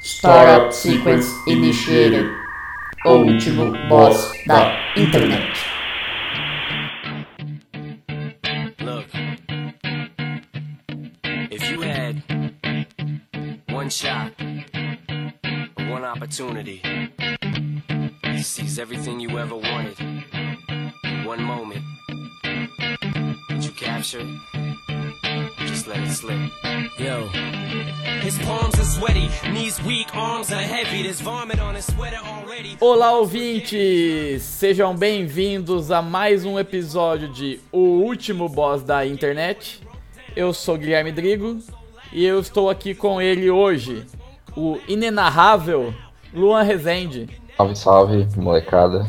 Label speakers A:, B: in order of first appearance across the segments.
A: Startup Sequence Initiated, o último boss da internet.
B: Look, if you had one shot, one opportunity to seize everything you ever wanted, one moment that you captured, just let it slip. Yo, his palms are sweaty, knees weak, arms are heavy, there's vomit on his sweater already.
C: Olá, ouvintes! Sejam bem-vindos a mais um episódio de O Último Boss da Internet. Eu sou Guilherme Drigo e eu estou aqui com ele hoje, o inenarrável Luan Rezende.
D: Salve, salve, molecada.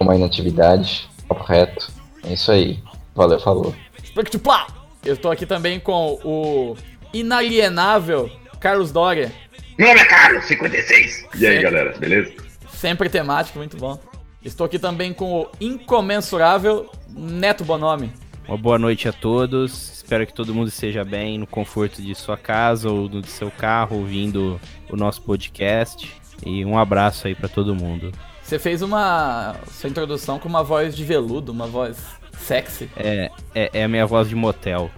D: Uma inatividade, papo reto. É isso aí. Valeu, falou.
C: Splactuplá! Eu estou aqui também com o inalienável Carlos Doria,
E: Meu nome é Carlos, 56. E aí,
C: Sim.
E: galera, beleza?
C: sempre temático, muito bom. Estou aqui também com o incomensurável Neto Bonomi.
F: Uma boa noite a todos. Espero que todo mundo esteja bem no conforto de sua casa ou do seu carro ouvindo o nosso podcast. E um abraço aí pra todo mundo.
C: Você fez uma sua introdução com uma voz de veludo, uma voz sexy.
F: É, é, é a minha voz de motel.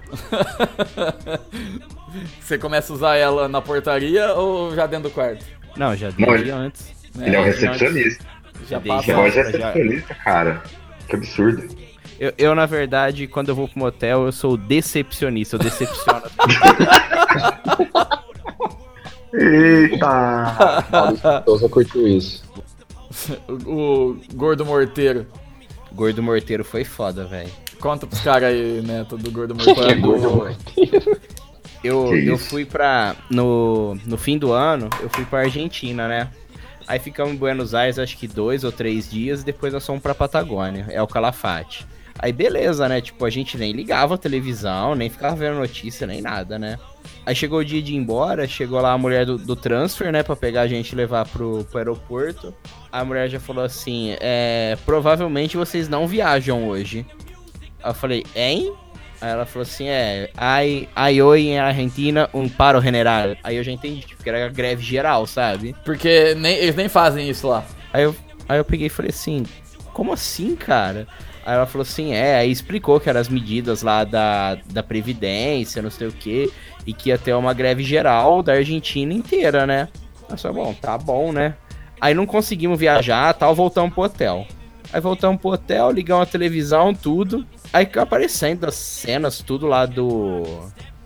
C: Você começa a usar ela na portaria ou já dentro do quarto?
F: Não, já
E: Não,
F: dei
E: ele-
F: antes.
E: Ele é um
C: já-
E: recepcionista.
C: Já
F: Deixa
E: Minha
C: passa.
E: voz é
F: já-
E: recepcionista, cara. Que absurdo.
F: Eu, eu, na verdade, quando eu vou pro motel, eu sou decepcionista. Eu decepciono.
E: Eita!
F: Ah.
D: Souza curtiu isso.
C: O, o gordo morteiro.
F: Gordo Morteiro foi foda, velho.
C: Conta pros caras aí, Neto, do gordo morteiro.
F: Eu,
E: Que
F: eu
E: isso?
F: fui pra. No, no fim do ano, eu fui pra Argentina, né? Aí ficamos em Buenos Aires acho que dois ou três dias, depois nós fomos pra Patagônia, é o Calafate. Aí beleza, né? Tipo, a gente nem ligava a televisão, nem ficava vendo notícia, nem nada, né? Aí chegou o dia de ir embora, chegou lá a mulher do, do transfer, né? Pra pegar a gente e levar pro, pro aeroporto. A mulher já falou assim: é, provavelmente vocês não viajam hoje. Aí eu falei, hein? Aí ela falou assim, é, aí, aí hoje em Argentina um paro general. Aí eu já entendi, tipo, que era greve geral, sabe?
C: Porque nem, eles nem fazem isso lá.
F: Aí eu, aí eu peguei e falei assim, como assim, cara? Aí ela falou assim, é, aí explicou que eram as medidas lá da, da Previdência, não sei o quê, e que ia ter uma greve geral da Argentina inteira, né? Eu só, bom, tá bom, né? Aí não conseguimos viajar, tal, voltamos pro hotel. Aí voltamos pro hotel, ligamos a televisão, tudo. Aí fica aparecendo as cenas, tudo lá do.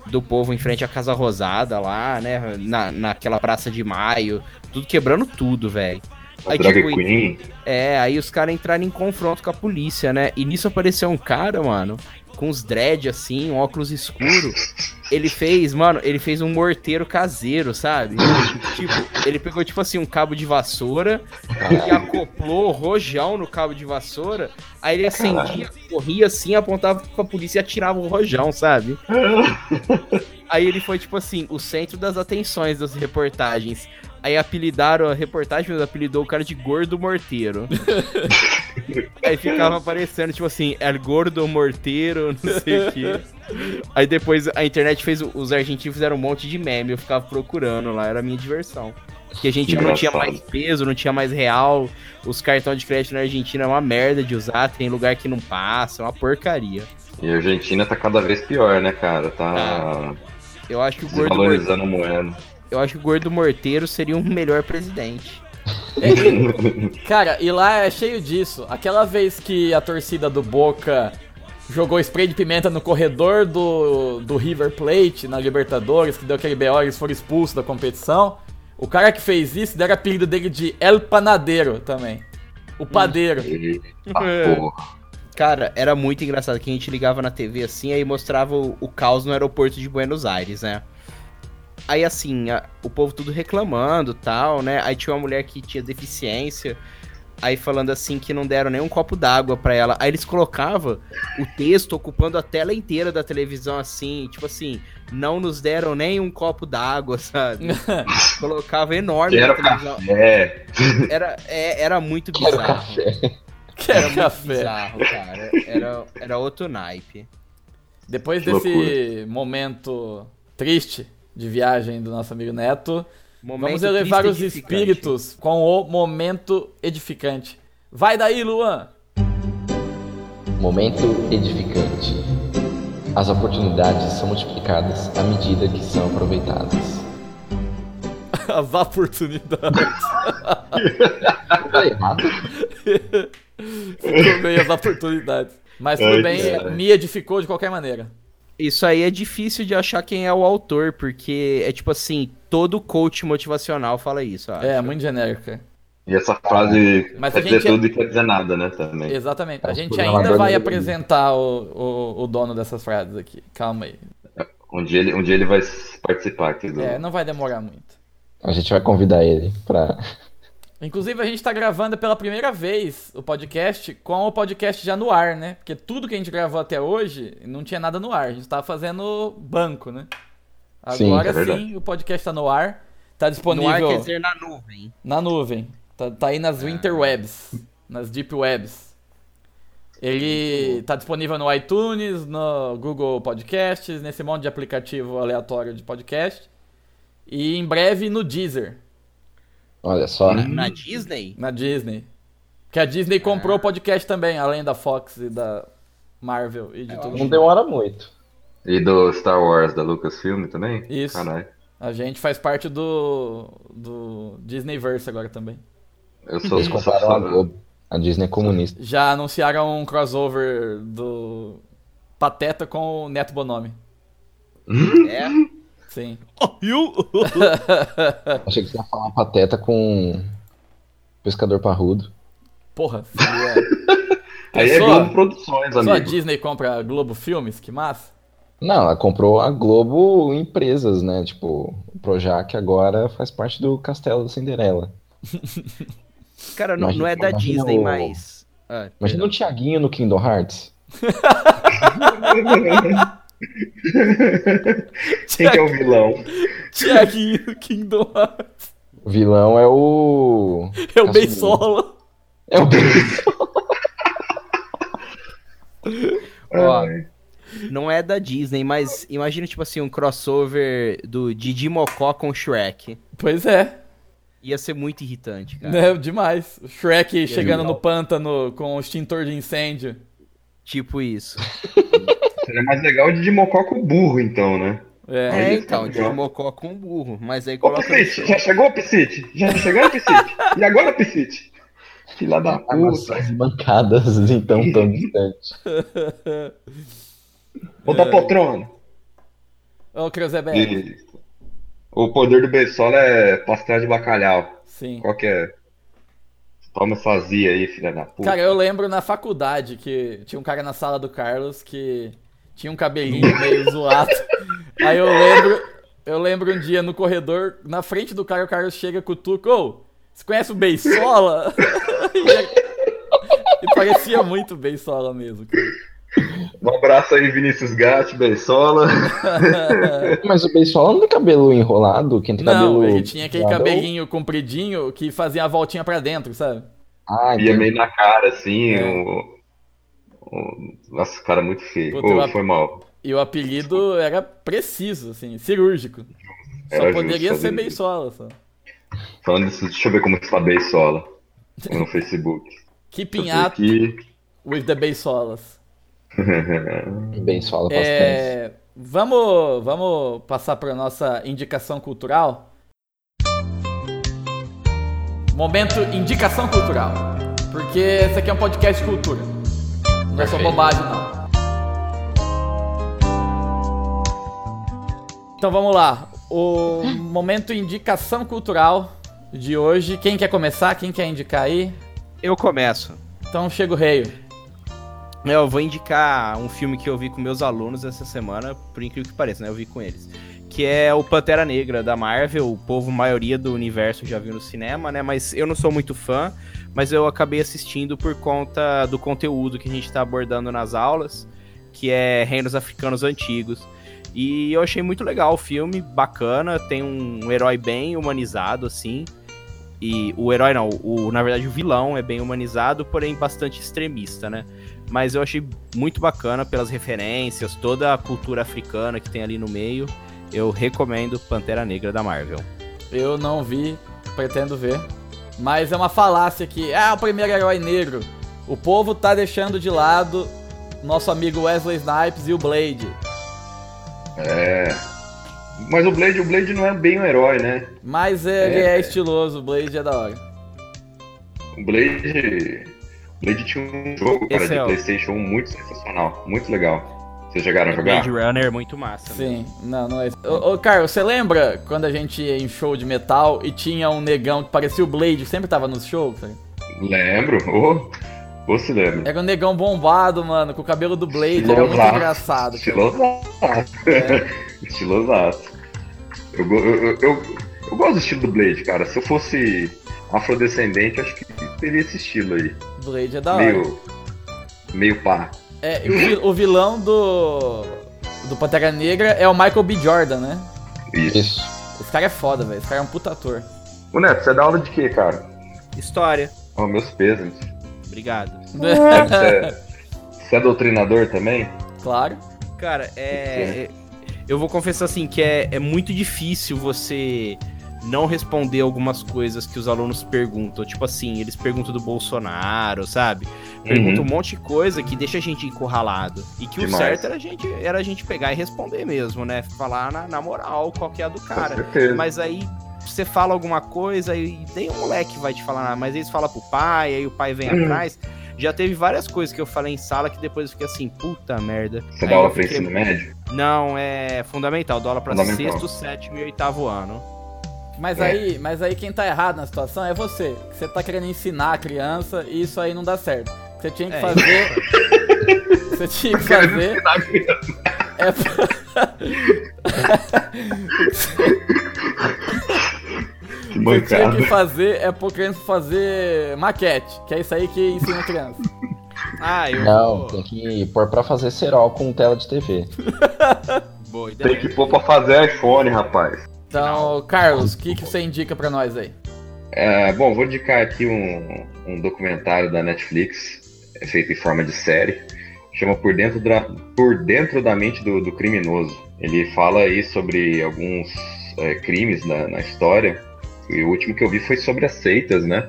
F: Do povo em frente à Casa Rosada lá, né? Na, naquela Praça de Maio. Tudo quebrando tudo, velho. Aí,
E: Drag
F: tipo,
E: Queen.
F: é, aí os caras entraram em confronto com a polícia, né? E nisso apareceu um cara, mano, com uns dread assim, um óculos escuro. Ele fez, mano, ele fez um morteiro caseiro, sabe? tipo, ele pegou, tipo assim, um cabo de vassoura e acoplou rojão no cabo de vassoura. Aí ele acendia, corria assim, apontava pra polícia e atirava o rojão, sabe? Aí ele foi, tipo assim, o centro das atenções das reportagens. Aí apelidaram a reportagem, mas apelidou o cara de gordo morteiro. Aí ficava aparecendo, tipo assim, El Gordo Morteiro, não sei o quê. Aí depois a internet fez. Os argentinos fizeram um monte de meme, eu ficava procurando lá, era a minha diversão. Porque a gente não tinha
E: Engraçado.
F: mais peso, não tinha mais real. Os cartões de crédito na Argentina é uma merda de usar, tem lugar que não passa, é uma porcaria.
E: E a Argentina tá cada vez pior, né, cara? Tá
F: Eu acho que o Ah, Gordo, Mor-
E: desvalorizando a moeda.
F: eu acho que o gordo Morteiro seria um melhor presidente.
C: Cara, e lá é cheio disso. Aquela vez que a torcida do Boca jogou spray de pimenta no corredor do, do River Plate, na Libertadores, que deu aquele BO, eles foram expulsos da competição. O cara que fez isso deram o apelido dele de El Panadeiro também. O padeiro.
F: Hum,
E: Ah,
C: É.
E: porra.
F: Cara, era muito engraçado que a gente ligava na TV assim, aí mostrava o, o caos no aeroporto de Buenos Aires, né? Aí assim, a- o povo tudo reclamando tal, né? Aí tinha uma mulher que tinha deficiência, aí falando assim que não deram nem um copo d'água pra ela. Aí eles colocavam o texto ocupando a tela inteira da televisão assim, tipo assim, não nos deram nem um copo d'água, sabe? Colocava enorme
E: Quero
F: na televisão.
E: É,
F: Era, é- era muito
D: Quero
F: bizarro.
D: café.
C: Que é café.
F: Bizarro, cara. Era, era outro naipe.
C: Depois
E: Que
C: desse momento triste de viagem do nosso amigo Neto, Vamos elevar os
F: triste e edificante.
C: espíritos com o momento edificante. Vai daí, Luan!
D: Momento edificante. As oportunidades são multiplicadas à medida que são aproveitadas.
C: As oportunidades.
D: Tá errado?
C: Ficou bem as oportunidades. Mas tudo
E: Ai,
C: bem,
E: cara.
C: me edificou de qualquer maneira.
F: Isso aí é difícil de achar quem é o autor, porque é tipo assim, todo coach motivacional fala isso. eu acho.
C: É, muito genérica.
E: E essa frase
C: Mas a
E: quer dizer
C: gente é-
E: tudo e quer dizer nada, né? Também.
C: Exatamente. A
D: Acho
C: gente
D: que o
C: ainda
D: programador
C: vai
D: não-
C: apresentar o, o, o dono dessas frases aqui. Calma aí.
E: Um dia ele, um dia ele vai participar aqui do.
C: É, não vai demorar muito.
D: A gente vai convidar ele pra.
C: Inclusive, a gente tá gravando pela primeira vez o podcast com o podcast já no ar, né? Porque tudo que a gente gravou até hoje não tinha nada no ar. A gente tava fazendo banco, né?
D: Sim,
C: Agora
E: é
C: sim,
E: verdade.
C: o podcast tá no ar. Tá
F: No
C: disponível
F: ar quer dizer na nuvem.
C: na nuvem. Tá, tá aí nas interwebs, nas deep webs. Ele tá disponível no iTunes, no Google Podcasts, nesse monte de aplicativo aleatório de podcast. E em breve no Deezer,
D: Olha só. né?
F: Na Disney?
C: na Disney. Que a Disney comprou o podcast também, além da Fox e da Marvel e de tudo.
D: Não demora muito.
E: E do Star Wars da Lucasfilm também?
C: Isso.
E: Caralho.
C: A gente faz parte do, do Disneyverse agora também.
E: Eu sou
D: Eles compraram a Globo. A Disney é comunista.
C: Já anunciaram um crossover do Pateta com o Neto Bonomi.
F: É.
C: Sim.
D: Achei que você ia falar uma pateta com um pescador parrudo.
C: Porra, seria...
E: Aí é
C: Só-
E: Globo Produções,
C: Só a
E: amigo.
C: Disney compra a Globo Filmes, que massa.
D: Não, ela comprou a Globo empresas, né? Tipo, o Projac agora faz parte do Castelo da Cinderela.
F: Cara, não, não é da
D: Imagina-
F: Disney,
D: imagina o-
F: mas. Ah,
C: É.
D: Imagina o Tiaguinho no Kingdom Hearts.
E: Quem que é o vilão?
C: Tiaguinho Kingdom Hearts,
D: O vilão é o.
C: é o
D: Casimiro.
C: Beisola.
D: É o.
F: Ó, não é da Disney, mas imagina, tipo assim, um crossover do Didi Mocó com Shrek.
C: Pois é,
F: Ia ser muito irritante, cara.
C: né? Demais. O Shrek
E: É
C: chegando no pântano com o extintor de incêndio.
F: Tipo isso.
E: Seria mais legal de Mocó com o burro, então, né?
C: É.
F: É,
E: isso
F: então,
E: é
F: Didi
E: legal.
F: Mocó com um burro. Mas aí
E: Ô,
F: coloca.
D: é
E: Piscite, já chegou, Piscite? Já chegou, Piscite? E agora, Piscite? Filha da
D: Ah, nossa,
E: puta.
D: As bancadas, então, tão distante.
C: é.
E: Volta a tá poltrona.
C: Ô, Creuzebeck.
E: E É. O poder do Bensola é pastel de bacalhau.
C: Sim.
E: Qual que é? Toma fazia aí, filha da puta.
C: Cara, eu lembro na faculdade que tinha um cara na sala do Carlos que tinha um cabelinho meio zoado. Aí eu lembro, eu lembro um dia no corredor, na frente do cara, o Carlos chega com o Tuco, ô, você conhece o Beisola? é, e parecia muito Beisola mesmo, cara.
E: Um abraço aí, Vinícius Gatti, Bensola.
D: Mas o pessoal não tem cabelo enrolado? Quem tem cabelo.
C: Não, ele tinha aquele
D: enrolado é o-
C: cabelinho compridinho que fazia a voltinha pra dentro, sabe?
D: Ah,
E: Ia
D: entendi.
E: meio na cara, assim.
C: É.
E: O... o- Nossa, cara, é muito feio.
C: Puta,
E: Ô,
C: eu-
E: foi mal.
C: E o apelido era preciso, assim, cirúrgico. Só
E: Era
C: poderia
E: justo,
C: ser
E: né?
C: Beisola, só.
E: Falando isso, deixa eu ver como está Bensola no Facebook.
C: Keeping
E: Deixa eu ver
C: up
E: aqui.
C: with the Beisolas.
D: Bem, isso fala bastante.
C: É, vamos, vamos passar para nossa indicação cultural. Momento indicação cultural. Porque esse aqui é um podcast de cultura. Não é só
D: Perfeito.
C: bobagem, não. Então vamos lá. O momento indicação cultural de hoje. Quem quer começar? Quem quer indicar aí?
F: Eu começo.
C: Então chega o rei.
F: É, Eu vou indicar um filme que eu vi com meus alunos essa semana, por incrível que pareça, né? Eu vi com eles. Que é o Pantera Negra da Marvel. O povo, maioria do universo já viu no cinema, né? Mas eu não sou muito fã, mas eu acabei assistindo por conta do conteúdo que a gente tá abordando nas aulas, que é Reinos Africanos Antigos. E eu achei muito legal o filme, bacana, tem um herói bem humanizado, assim. E o herói não, o, na verdade o vilão é bem humanizado, porém bastante extremista, né? mas eu achei muito bacana pelas referências, toda a cultura africana que tem ali no meio. Eu recomendo Pantera Negra da Marvel.
C: Eu não vi, pretendo ver. Mas é uma falácia que, ah, o primeiro herói negro. O povo tá deixando de lado nosso amigo Wesley Snipes e o Blade.
E: É. Mas o Blade, o Blade não é bem um herói, né?
C: Mas ele é, estiloso, o Blade é da hora.
E: O Blade. O Blade tinha um jogo, cara,
F: Esse
E: de
F: é o-
E: Playstation 1 muito sensacional, muito legal. Vocês chegaram a jogar?
F: Blade Runner é muito massa. né?
C: Sim, não, não é isso. Ô, ô, Carlos, você lembra quando a gente ia em show de metal e tinha um negão que parecia o Blade, sempre tava nos shows? cara?
E: Lembro. Ô, ô, se lembra.
C: Era um negão bombado, mano, com o cabelo do Blade, era muito
E: Estilosaço.
C: engraçado. cara.
E: Estilosaço. Estilosaço. Eu, go- eu, eu, eu- eu gosto do estilo do Blade, cara. Se eu fosse afrodescendente, acho que teria esse estilo aí.
C: Blade é da hora.
E: meio. Meio pá.
C: É, e o, vi- o vilão do. do Pantera Negra é o Michael B. Jordan, né?
E: Isso.
D: Isso.
C: Esse cara é foda, velho. Esse cara é um puta ator.
E: Ô Neto, você dá aula de quê, cara?
F: História.
E: Ó, meus pêsames.
F: Obrigado.
E: Você é, você é doutrinador também?
C: claro.
F: Cara, é. é- Eu vou confessar assim que é, é muito difícil você não responder algumas coisas que os alunos perguntam. Tipo assim, eles perguntam do Bolsonaro, sabe? Perguntam um monte de coisa que deixa a gente encurralado. E que o
E: Demais.
F: certo era a, gente, era a gente pegar e responder mesmo, né? Falar na, na moral qual que é a do cara.
E: Com certeza.
F: Mas aí você fala alguma coisa e nem o moleque vai te falar nada, mas eles falam pro pai, aí o pai vem
E: Uhum.
F: atrás. Já teve várias coisas que eu falei em sala que depois eu fiquei assim, puta merda.
E: Você
F: Aí
E: dá
F: eu
E: aula pra
F: fiquei-
E: ensino médio?
F: Não, é fundamental, dólar pra
E: Fundamental.
F: sexto, sétimo e oitavo ano.
C: Mas
E: É.
C: aí, mas aí quem tá errado na situação é você. Você tá querendo ensinar a criança e isso aí não dá certo. O que Você tinha que
F: É.
C: fazer. Você tinha que fazer. É...
E: Que
C: Você tinha
E: bancada.
C: que fazer é por criança fazer maquete, que é isso aí que ensina a criança.
F: Ah, eu
D: Não,
F: vou-
D: tem que pôr pra fazer cerol com tela de TV.
F: Boa ideia.
E: Tem que pôr pra fazer iPhone, rapaz.
C: Então, Carlos, o que, que você indica pra nós aí?
E: É, bom, vou indicar aqui um, um documentário da Netflix, é feito em forma de série. Chama Por Dentro da, Por Dentro da Mente do, do Criminoso. Ele fala aí sobre alguns é, crimes na, na história. E o último que eu vi foi sobre as seitas, né?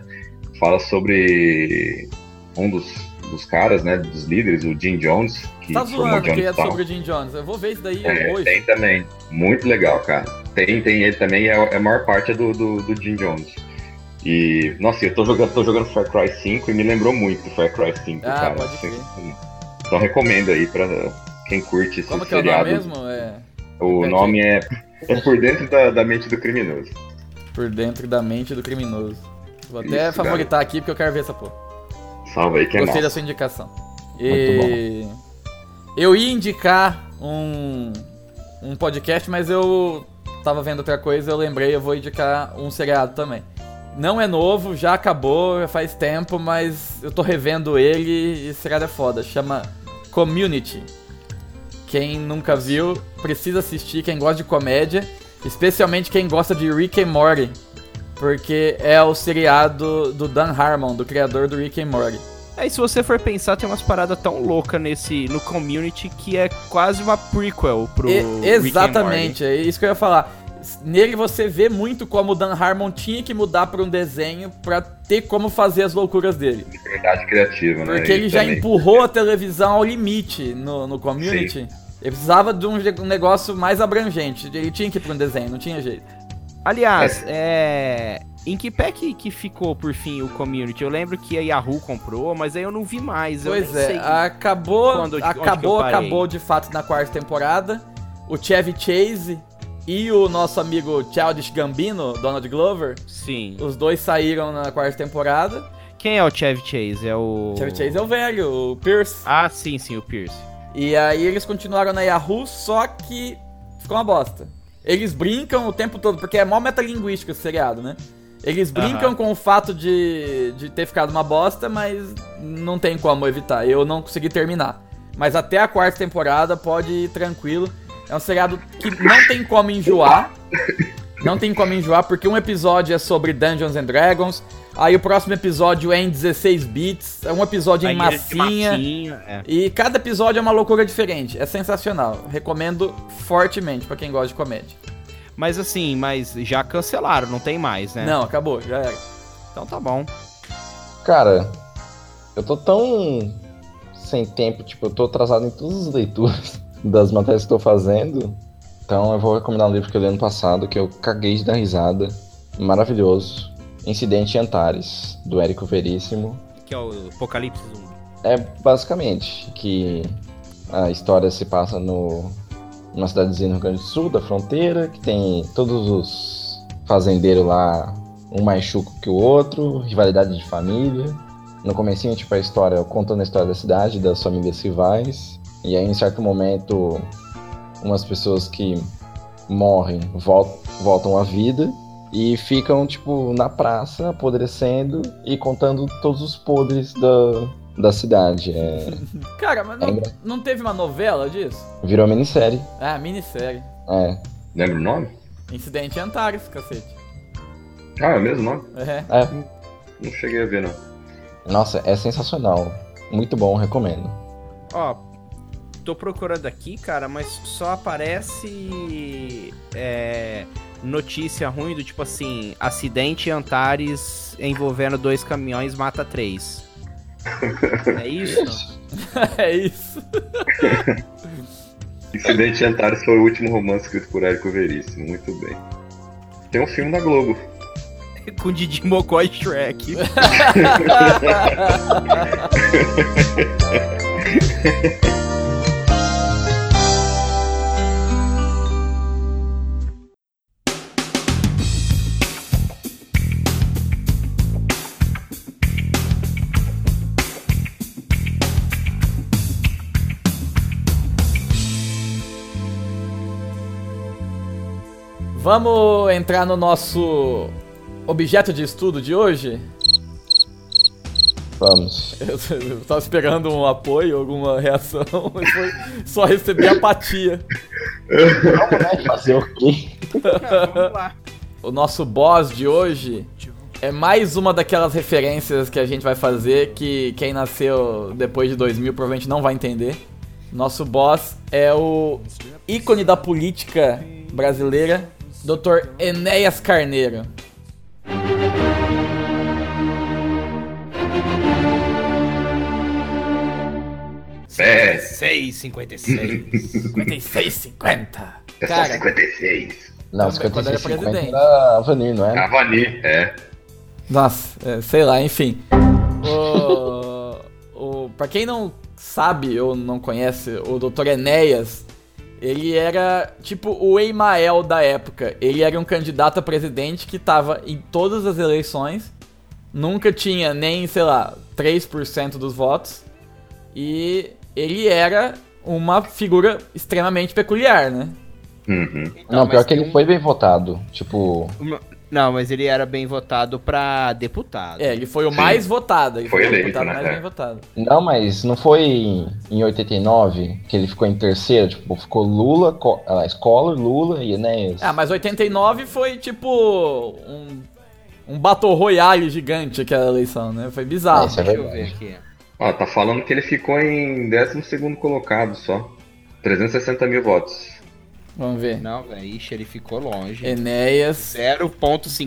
E: Fala sobre um dos, dos caras, né? Dos líderes, o Jim Jones, que um
C: Tá
E: formou
C: zoando que é
E: Jonestown.
C: sobre o Jim Jones. Eu vou ver isso daí
E: É,
C: hoje.
E: tem também. Muito legal, cara. Tem, tem ele também, é, é a maior parte é do, do, do Jim Jones. E, nossa, eu tô jogando, tô jogando Far Cry 5 e me lembrou muito do Far Cry 5,
C: Ah,
E: cara.
C: pode crer.
E: Então recomendo aí pra quem curte esse
C: Como que é o nome
E: seriado.
C: mesmo? É...
E: O
C: Repete
E: nome é, é Por Dentro da, da Mente do Criminoso.
C: Por dentro da mente do criminoso. Vou até
E: Isso,
C: favoritar aqui porque eu quero ver essa porra.
E: Salve aí, que é
C: Gostei
E: massa.
C: da sua indicação. E... Eu ia indicar um, um podcast, mas eu tava vendo outra coisa, eu lembrei, eu vou indicar um seriado também. Não é novo, já acabou, já faz tempo, mas eu tô revendo ele e esse seriado é foda. Chama Community. Quem nunca viu, precisa assistir, quem gosta de comédia, especialmente quem gosta de Rick and Morty, porque é o seriado do Dan Harmon, do criador do Rick and Morty.
F: Aí se você for pensar, tem umas paradas tão loucas nesse, no community que é quase uma prequel pro
C: E-
F: Rick and Morty.
C: exatamente, é isso que eu ia falar. S- Nele você vê muito como o Dan Harmon tinha que mudar pra um desenho pra ter como fazer as loucuras dele.
E: Liberdade criativa, né?
C: Porque ele
E: E
C: já
E: também.
C: empurrou a televisão ao limite no, no community. Ele precisava de um, je- um negócio mais abrangente. Ele tinha que ir pra um desenho, não tinha jeito.
F: Aliás, é... em que pé que, que ficou por fim o community? Eu lembro que a Yahoo comprou, mas aí eu não vi mais. eu
C: Pois
F: nem
C: é,
F: sei.
C: acabou,
F: quando- onde que eu
C: acabou,
F: parei.
C: acabou de fato na quarta temporada. O Chevy Chase e o nosso amigo Childish Gambino, Donald Glover,
F: Sim.
C: os dois saíram na quarta temporada.
F: Quem é o Chevy Chase? É o.
C: O Chevy Chase é o velho, o Pierce.
F: Ah, sim, sim, o Pierce.
C: E aí eles continuaram na Yahoo, só que ficou uma bosta. Eles brincam o tempo todo, porque é mó metalinguístico esse seriado, né? Eles brincam
F: Aham.
C: com o fato de, de ter ficado uma bosta, mas não tem como evitar. Eu não consegui terminar. Mas até a quarta temporada pode ir tranquilo. É um seriado que não tem como enjoar. Não tem como enjoar, porque um episódio é sobre Dungeons and Dragons. Aí o próximo episódio é em 16 bits. É um episódio em
F: Aí ele de
C: massinha.
F: massinha, é.
C: E cada episódio é uma loucura diferente. É sensacional. Recomendo fortemente pra quem gosta de comédia.
F: Mas assim, mas já cancelaram, não tem mais, né?
C: Não, acabou, já era.
F: Então tá bom.
D: Cara, eu tô tão sem tempo, tipo, eu tô atrasado em todas as leituras das matérias que eu tô fazendo. Então eu vou recomendar um livro que eu li ano passado, que eu caguei de dar risada. Maravilhoso. Incidente em Antares, do Érico Veríssimo.
F: Que é o Apocalipse Zumbi.
D: É basicamente que a história se passa no, numa cidadezinha no Rio Grande do Sul, da fronteira, que tem todos os fazendeiros lá, um mais chuco que o outro, rivalidade de família. No comecinho, tipo, a história, contando a história da cidade, das famílias rivais. E aí, em certo momento, umas pessoas que morrem vol- voltam à vida e ficam, tipo, na praça, apodrecendo e contando todos os podres da, da cidade. É,
C: Cara, mas não,
D: Ainda.
C: não teve uma novela disso?
D: virou minissérie.
C: Ah, minissérie.
D: É,
E: Lembra o nome?
C: Incidente em Antares, cacete.
E: Ah, é o mesmo nome?
C: É.
D: é.
E: Não cheguei a ver, não.
D: Nossa, é sensacional. Muito bom, recomendo.
F: Ó, tô procurando aqui, cara, mas só aparece é, notícia ruim do tipo assim, acidente em Antares envolvendo dois caminhões mata três. É isso?
C: é isso.
E: Incidente de Antares foi o último romance escrito por Érico Veríssimo, muito bem. Tem um filme da Globo.
F: Com Didi Mocó e Shrek.
C: Vamos entrar no nosso objeto de estudo de hoje?
D: Vamos.
C: Eu, eu tava esperando um apoio, alguma reação, e foi só receber apatia.
D: Vamos, né? Fazer o quê?
F: Vamos lá.
C: O nosso boss de hoje é mais uma daquelas referências que a gente vai fazer que quem nasceu depois de 2000 provavelmente não vai entender. Nosso boss é o ícone da política brasileira, Dr. Enéas Carneiro.
E: É.
F: 6,56.
C: 5650.
E: É só
C: Cara,
E: 56.
D: Não,
C: Também, quando era
D: 56, 50
C: presidente.
D: era Avenir, não era?
E: Avani, é.
C: Nossa, é, sei lá, enfim. O, o, pra quem não sabe ou não conhece, o Dr. Enéas, ele era tipo o Emael da época. Ele era um candidato a presidente que tava em todas as eleições, nunca tinha nem, sei lá, 3% dos votos. E ele era uma figura extremamente peculiar, né?
E: Uhum.
C: Então,
D: não, pior que ele foi bem votado. Tipo,
F: Não, mas ele era bem votado pra deputado.
C: É, ele foi o mais votado. Ele
E: Foi
C: o
E: eleito,
C: deputado
E: né?
C: mais
E: É.
C: bem votado.
D: Não, mas não foi em, em 89 que ele ficou em terceiro? Tipo, ficou Lula, Co- aliás, Collor, Lula e né, Enéas.
C: Ah, mas 89 foi tipo um, um Battle Royale gigante aquela eleição, né? Foi bizarro.
D: Isso é
F: Deixa eu
D: verdade.
F: ver aqui.
E: Ó, tá falando que ele ficou em 12 colocado só. 360 mil votos.
C: Vamos ver.
F: Não, velho, ixi, ele ficou
C: É.
F: longe.
C: Enéas.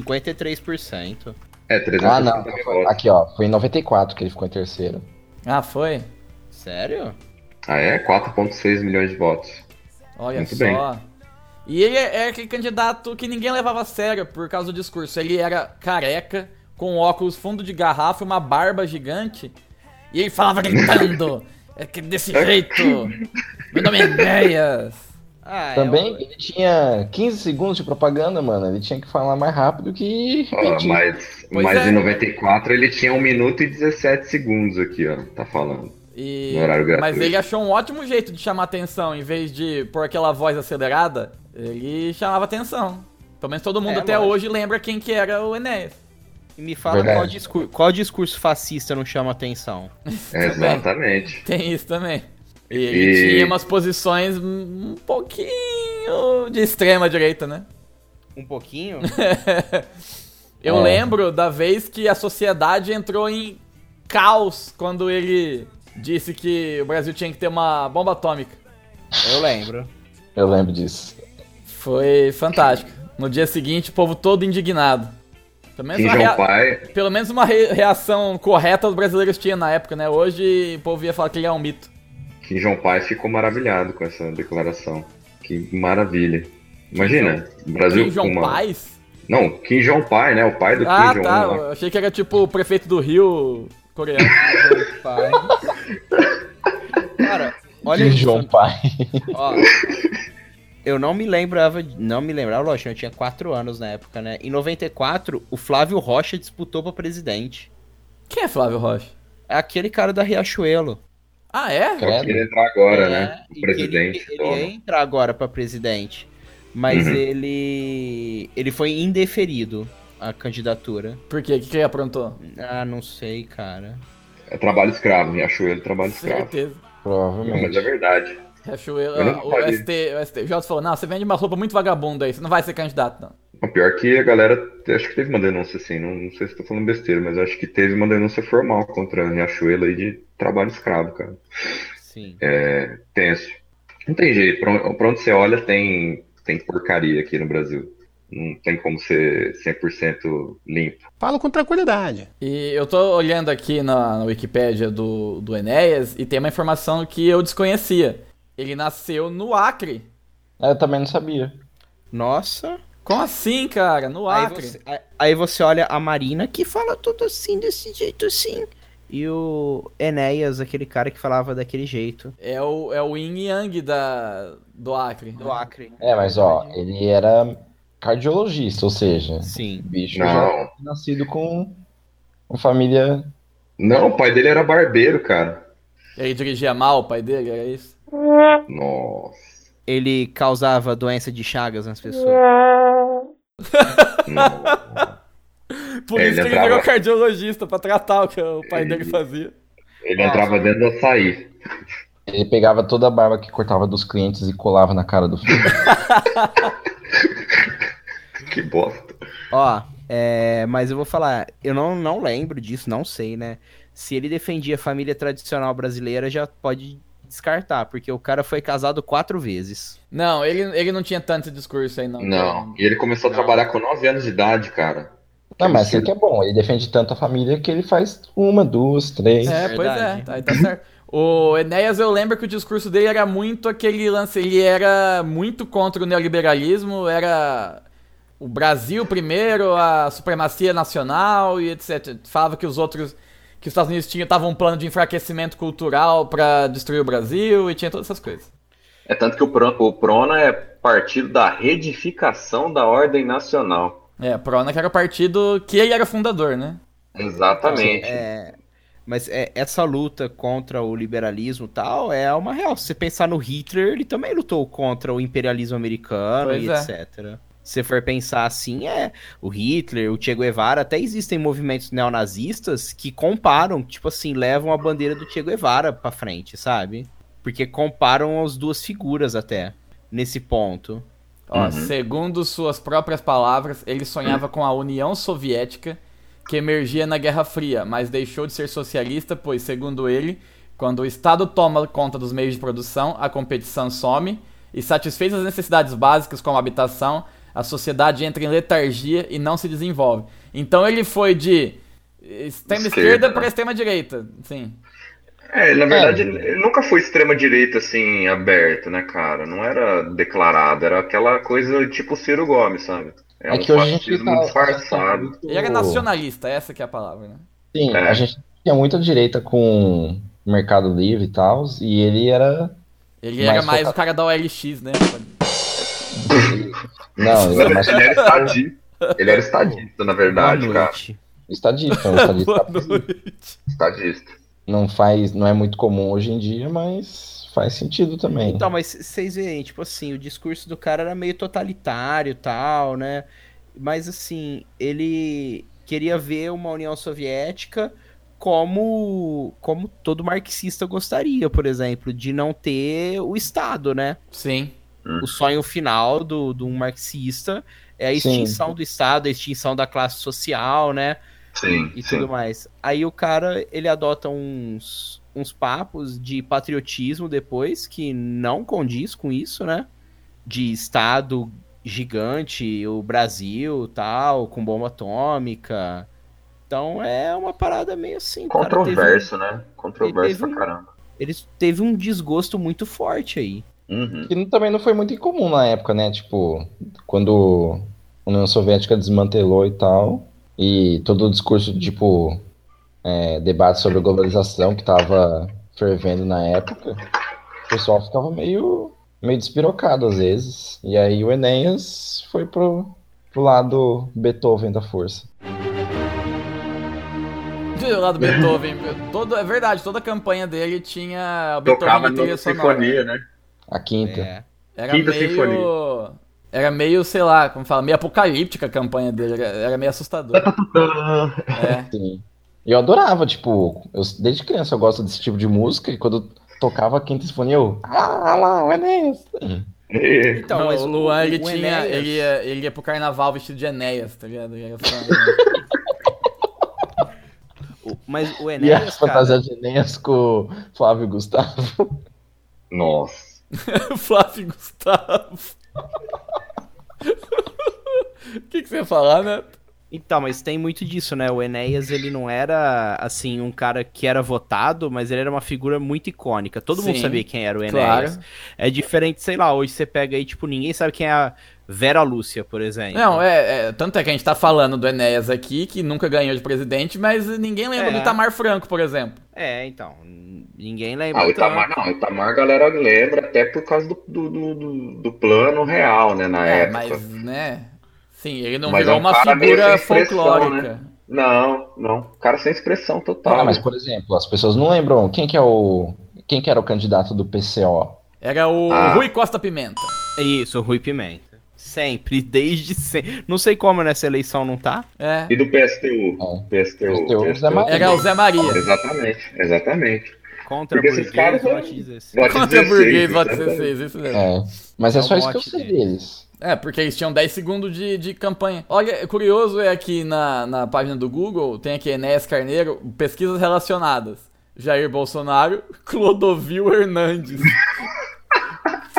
F: 0,53%.
E: É,
D: Ah,
E: 360
D: não.
E: mil votos.
D: Aqui, ó. Foi em 94 que ele ficou em terceiro.
C: Ah, foi?
F: Sério?
E: Ah, é? 4,6 milhões de votos.
C: Olha
E: Muito
C: só.
E: bem.
C: E ele é aquele candidato que ninguém levava a sério por causa do discurso. Ele era careca, com óculos fundo de garrafa e uma barba gigante. E ele falava gritando. é que desse jeito. Meu nome é Enéas.
F: Ah,
D: Também
F: É,
D: ele tinha 15 segundos de propaganda, mano. Ele tinha que falar mais rápido que
E: Ó,
D: repetir.
E: mas
C: Pois
E: mas
C: é.
E: em 94 ele tinha 1 minuto e 17 segundos aqui, ó. Tá falando.
C: E-
E: No horário gratuito.
C: Mas ele achou um ótimo jeito de chamar atenção, em vez de pôr aquela voz acelerada, ele chamava atenção. Pelo menos todo mundo
F: É,
C: até
F: lógico.
C: hoje lembra quem que era o Enéas.
F: E me fala
D: Verdade.
F: qual, discur- qual discurso fascista não chama atenção.
E: Exatamente.
C: Tem isso também. E ele
E: E-
C: tinha umas posições um pouquinho de extrema direita, né?
F: Um pouquinho?
C: Eu
D: É.
C: lembro da vez que a sociedade entrou em caos quando ele disse que o Brasil tinha que ter uma bomba atômica.
F: Eu lembro.
D: Eu lembro disso.
C: Foi fantástico. No dia seguinte, o povo todo indignado. Pelo menos,
E: Kim
C: uma, rea-
E: Jong-pai.
C: pelo menos uma re- reação correta os brasileiros tinham na época, né? Hoje o povo ia falar que ele é um mito.
E: Kim Jong-pai ficou maravilhado com essa declaração. Que maravilha. Imagina, o Brasil
C: Kim
E: com
C: Jong
E: uma...
C: Paz?
E: Não, Kim Jong-pai, né? O pai do
C: Ah,
E: Kim
C: tá.
E: Jong-un. né? lá.
C: Eu achei que era tipo o prefeito do Rio coreano.
F: Pai. Cara, olha
D: Olha
F: isso.
D: João Pai.
F: Ó, eu não me lembrava, não me lembrava, lógico, eu tinha 4 anos na época, né? Em 94, o Flávio Rocha disputou pra presidente.
C: Quem é Flávio Rocha?
F: É aquele cara da Riachuelo.
C: Ah, é?
E: Só que ele entrar agora, né? O
F: É, e que ele-
E: presidente.
F: Ele,
E: dono.
F: ia entrar agora pra presidente, mas
E: Uhum.
F: ele ele foi indeferido a candidatura.
C: Por quê? O que que ele aprontou?
F: Ah, não sei, cara.
E: É trabalho escravo, Riachuelo, trabalho escravo.
C: Certeza.
E: Não, mas
D: Provavelmente.
E: é verdade.
C: Riachuelo,
E: Eu não
C: o
E: falei.
C: ST, o STJ falou, não, você vende uma roupa muito vagabunda aí, você não vai ser candidato, não.
E: O pior que a galera, acho que teve uma denúncia assim, não, não sei se tô falando besteira, mas acho que teve uma denúncia formal contra a Riachuelo aí de trabalho escravo, cara.
F: Sim.
E: Tenso. Não tem jeito, pra on- pra onde você olha tem, tem porcaria aqui no Brasil. Não tem como ser 100% limpo.
G: Falo com tranquilidade.
C: E eu tô olhando aqui na, na Wikipédia do, do Enéas e tem uma informação que eu desconhecia. Ele nasceu no Acre.
D: É, Eu também não sabia.
F: Nossa.
C: Como assim, cara? No
F: Aí
C: Acre.
F: você, aí- aí você olha a Marina que fala tudo assim, desse jeito assim. E o Enéas, aquele cara que falava daquele jeito.
C: É, o, é o yin e yang da, do Acre. né?
F: Do Acre.
D: É, mas ó, ele era cardiologista, ou seja,
F: Sim.
D: o bicho já
E: Não,
D: foi nascido com uma família.
E: não, o pai dele era barbeiro, cara.
C: Ele dirigia mal o pai dele, era isso?
E: Nossa,
F: Ele causava doença de chagas nas pessoas.
E: não.
C: Por
E: Ele
C: isso que ele
E: entrava-
C: virou cardiologista, pra tratar o que o pai dele fazia.
E: Ele entrava dentro do açaí.
D: Ele pegava toda a barba que cortava dos clientes e colava na cara do filho.
E: Que bosta.
F: Ó, é, mas eu vou falar, eu não, não lembro disso, não sei, né? Se ele defendia a família tradicional brasileira, já pode descartar, porque o cara foi casado quatro vezes.
C: Não, ele, ele não tinha tanto discurso aí, não.
E: Não, e ele começou a trabalhar com 9 anos de idade, cara.
D: Não, mas isso aqui é bom. Ele defende tanto a família que ele faz uma, duas, três.
C: É, pois é,
F: Verdade.
C: tá, aí tá certo. O Enéas, eu lembro que o discurso dele era muito aquele lance, ele era muito contra o neoliberalismo, era o Brasil primeiro, a supremacia nacional e etc. Falava que os outros, que os Estados Unidos tinham, tava um plano de enfraquecimento cultural pra destruir o Brasil e tinha todas essas coisas.
E: É tanto que o Prona, o Prona é partido da redificação da ordem nacional.
C: É, Prona que era o partido que ele era o fundador, né?
E: Exatamente.
F: É, mas é, essa luta contra o liberalismo e tal é uma real. Se você pensar no Hitler, ele também lutou contra o imperialismo americano
C: Pois
F: e
C: é.
F: etc. Se for pensar assim, é o Hitler, o Che Guevara, até existem movimentos neonazistas que comparam, tipo assim, levam a bandeira do Che Guevara pra frente, sabe? Porque comparam as duas figuras até nesse ponto.
C: Ó,
E: Uhum.
C: Segundo suas próprias palavras, ele sonhava com a União Soviética, que emergia na Guerra Fria, mas deixou de ser socialista, pois, segundo ele, quando o Estado toma conta dos meios de produção, a competição some, e satisfeitas as necessidades básicas como habitação, a sociedade entra em letargia e não se desenvolve. Então ele foi de extrema esquerda
E: Esquerda, né?
C: para extrema direita, sim.
E: É, ele, na verdade,
D: É.
E: ele nunca foi extrema-direita assim, aberto, né, cara? Não era declarado, era aquela coisa tipo Ciro Gomes, sabe? É, um fascismo disfarçado.
C: Ele era nacionalista, essa que é a palavra, né?
D: Sim,
E: É.
D: a gente tinha muita direita com o Mercado Livre e tal, e ele era.
C: Ele
D: Mais
C: era mais
D: focado-
C: o cara da OLX, né?
D: Não, ele era mais
E: Ele era estadista. Ele era estadista, na verdade, cara.
D: estadista. um estadista
C: Boa noite.
E: Estadista.
D: não faz, não é muito comum hoje em dia, mas faz sentido também.
F: Então, mas c- vocês veem, tipo assim, o discurso do cara era meio totalitário e tal, né? Mas assim, ele queria ver uma União Soviética como, como todo marxista gostaria, por exemplo, de não ter o Estado, né?
C: Sim.
F: O sonho final do, de um marxista é a
D: Sim.
F: extinção do Estado, a extinção da classe social, né?
E: Sim,
F: e um
E: sim.
F: tudo mais. Aí o cara, ele adota uns, uns papos de patriotismo depois que não condiz com isso, né? De Estado gigante, o Brasil tal, com bomba atômica. Então é uma parada meio assim. cara, teve um-
E: Controverso, né? Controverso
F: teve um-
E: pra caramba.
F: eles teve um desgosto muito forte aí.
E: Uhum.
D: Que não- também não foi muito incomum na época, né? Tipo, quando a União Soviética desmantelou e tal, e todo o discurso, tipo, é, debate sobre a globalização que tava fervendo na época, o pessoal ficava meio, meio despirocado às vezes. E aí o Enéas foi pro, pro lado Beethoven da força.
C: Do lado Beethoven. Todo, é verdade, toda a campanha dele tinha Beethoven em
E: Tocava na
C: trilha sonora.
E: sinfonia, né?
D: A quinta.
F: É.
C: Era
E: Quinta
C: meio.
E: Sinfonia.
C: Era meio, sei lá, como fala, meio apocalíptica a campanha dele, era, era meio assustador. É.
D: Sim. Eu adorava, tipo, eu, desde criança eu gosto desse tipo de música, e quando eu tocava a quinta sinfonia, eu. Ah, lá, o Enéas!
E: É.
F: Então,
C: Não,
F: mas
C: o Luan, ele
F: o
C: tinha.
F: Enéas-
C: Ele, é ia, ele ia pro carnaval vestido de Enéas, tá ligado? Ele ia falar,
F: o- mas o
D: E as
F: Enéas, cara,
D: fantasias de Enéas com Flávio e Gustavo.
E: Nossa.
C: Flávio Gustavo. O que, que você ia falar, né?
F: então, mas tem muito disso, né? O Enéas, ele não era, assim, um cara que era votado, mas ele era uma figura muito icônica. Todo mundo
C: Sim,
F: sabia quem era o
C: claro.
F: Enéas. É diferente, sei lá, hoje você pega aí, tipo, ninguém sabe quem é a Vera Lúcia, por exemplo.
E: Então.
C: Não, é, é, Tanto é que a gente tá falando do Enéas aqui, que nunca ganhou de presidente, mas ninguém lembra
F: É.
C: do Itamar Franco, por exemplo.
F: É, então, n- ninguém lembra.
E: Ah, o
F: tanto.
E: Itamar não, o Itamar a galera lembra até por causa do, do, do- do- do plano real, né, na
C: É,
E: época.
C: mas, né? Sim, ele não
E: Mas
C: virou
E: é um
C: uma
E: cara meio
C: figura
E: sem expressão, né?
C: folclórica.
E: Não, não. O cara sem expressão total.
D: Ah, mas, por exemplo, as pessoas não lembram quem que é o. Quem que era o candidato do PCO?
C: Era o
E: Ah.
C: Rui Costa Pimenta.
F: Isso, o Rui Pimenta. Sempre, desde sempre. Não sei como nessa eleição não tá.
C: É.
E: E do PSTU?
D: É.
E: PSTU.
D: PSTU, Zé Maria.
C: Era o Zé Maria.
E: Exatamente, exatamente.
F: Contra
E: Porque esses
F: burguês,
E: caras
F: eu
E: eram-
F: vou te dizer assim.
E: Vote
C: Contra burguês, voto
E: exatamente.
C: 16, isso mesmo.
D: É. Mas é
F: É
D: só
F: um
D: isso que eu
F: mote
D: sei
F: deles.
D: deles.
C: É, porque eles tinham 10 segundos de, de campanha. Olha, curioso é aqui na, na página do Google, tem aqui Enéas Carneiro, pesquisas relacionadas. Jair Bolsonaro, Clodovil Hernandes.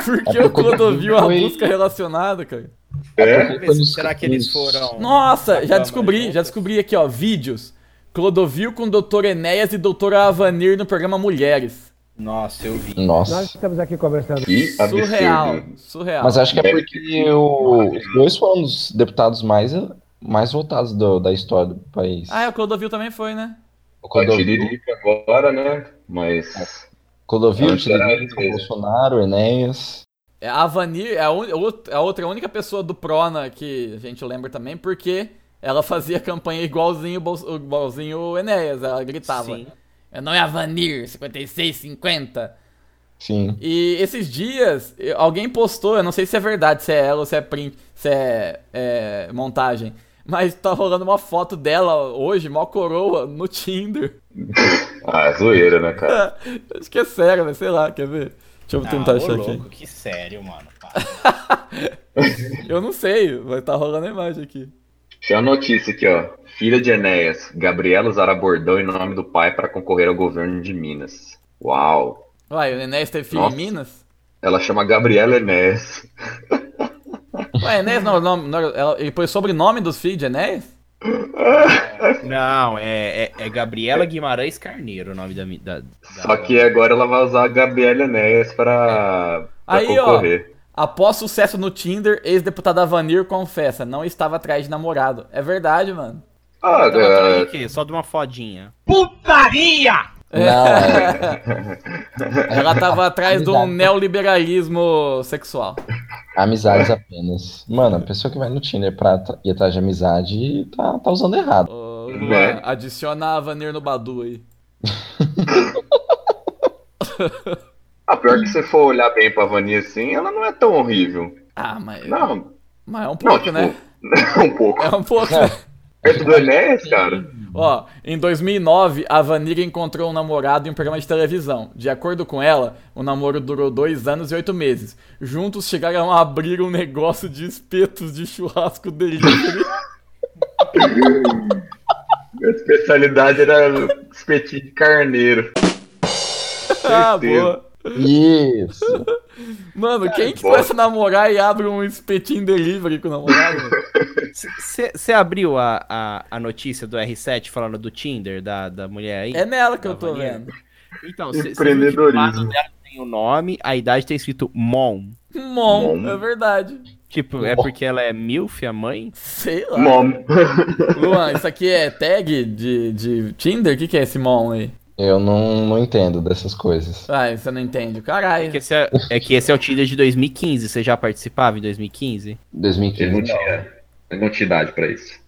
C: Por que o
D: É porque o Clodovil
C: Clodovil é a
D: foi-
C: busca relacionada, cara?
E: É?
F: Vamos ver
D: Foi
F: se-
D: nos
F: Será que eles
D: capítulos.
F: foram.
C: Nossa, já
D: tá
F: Acabamos
C: descobri,
F: juntos.
C: já descobri aqui, ó, vídeos. Clodovil com Dr. Enéas e doutora Avanir no programa Mulheres.
F: Nossa, eu vi.
G: Nós
C: é
D: Nossa.
G: estamos aqui conversando.
E: Que
C: Surreal,
E: absurdo.
C: surreal.
D: Mas acho que é
E: Deve
D: porque o- os dois foram os deputados mais, mais votados do- da história do país.
C: Ah, é, o Clodovil também foi, né?
D: O
E: Vai
D: Clodovil,
E: Tiririca agora, né? Mas.
D: Clodovil,
E: Antes era
D: Tiririca,
E: ele mesmo.
D: Bolsonaro, Enéas.
C: É, A Avanir é a, un- out- a outra, a única pessoa do Prona que a gente lembra também, porque ela fazia campanha igualzinho, o Bolso- igualzinho o Enéas, ela gritava.
F: Sim.
C: Meu nome é Avanir, 5650.
D: Sim.
C: E esses dias, eu- alguém postou, eu não sei se é verdade, se é ela ou se é print, se é, é, montagem, mas tá rolando uma foto dela hoje, mó coroa, no Tinder.
E: Ah, é zoeira, né, cara?
C: Acho que é sério, mas sei lá, quer ver? Deixa eu tentar achar aqui.
F: que sério, mano.
C: Eu não sei, vai tá rolando a imagem aqui.
E: Tinha a notícia aqui, ó. Filha de Enéas, Gabriela usará bordão em nome do pai para concorrer ao governo de Minas. Uau!
C: Uai, o Enéas teve filho
E: Nossa.
C: em Minas?
E: Ela chama Gabriela Enéas.
C: Ué, Enéas não, é o nome- não, era- ela- ele pôs sobrenome dos filhos de Enéas?
F: Não, é, é, é Gabriela Guimarães Carneiro o nome da. mi- da, da-
E: Só que agora ela vai usar a Gabriela Enéas para
C: Aí, ó.
E: concorrer.
C: Após sucesso no Tinder, ex-deputada Vanir confessa, não estava atrás de namorado. É verdade, mano.
E: Ah,
C: tá
F: Tava atrás
E: é,
F: de quê? Só de uma fodinha.
D: Não, é.
F: tá
C: Ela tava atrás de um neoliberalismo sexual.
D: Amizades apenas. Mano, a pessoa que vai no Tinder pra t- ir atrás de amizade tá, tá usando errado.
C: Ô,
E: Né?
C: Luan, adiciona a Vanir no Badu aí.
E: ah, pior que se for olhar bem pra Vania assim, ela não é tão horrível.
C: Ah, mas,
E: Não,
C: mas é um pouco,
E: não, tipo,
C: né?
E: um pouco.
C: É um pouco,
D: É.
C: né?
E: Perto do Enéas, cara.
C: Ó, em 2009, a Vanilla encontrou um namorado em um programa de televisão. De acordo com ela, o namoro durou dois anos e oito meses. Juntos chegaram a abrir um negócio de espetos de churrasco delivery.
E: Minha especialidade era espetinho de carneiro.
C: ah, boa.
D: Isso!
C: Mano, quem que começa a namorar e abre um espetinho delivery com o namorado? mano?
F: Você abriu a, a, a notícia do R7 falando do Tinder, da, da mulher aí?
C: É nela que
F: Da
C: eu tô
F: Vanessa.
C: vendo.
F: Então, cê- cê viu que do
G: Empreendedorismo.
F: lado dela tem o nome, a idade tá escrito Mom.
C: Mom,
G: Mom.
C: é verdade.
F: Tipo, é
D: Mom.
F: porque ela é MILF, a mãe?
C: Sei lá.
G: Mom.
C: Luan, isso aqui é tag de, de Tinder? O que, que é esse mom aí?
D: Eu não, não entendo dessas coisas.
C: Ah, você não entende. Caralho.
F: É que esse é, é que esse é o Tinder de 2015, você já participava em 2015?
E: Ele não
D: 2015 não,
E: tinha, ele não tinha idade pra isso.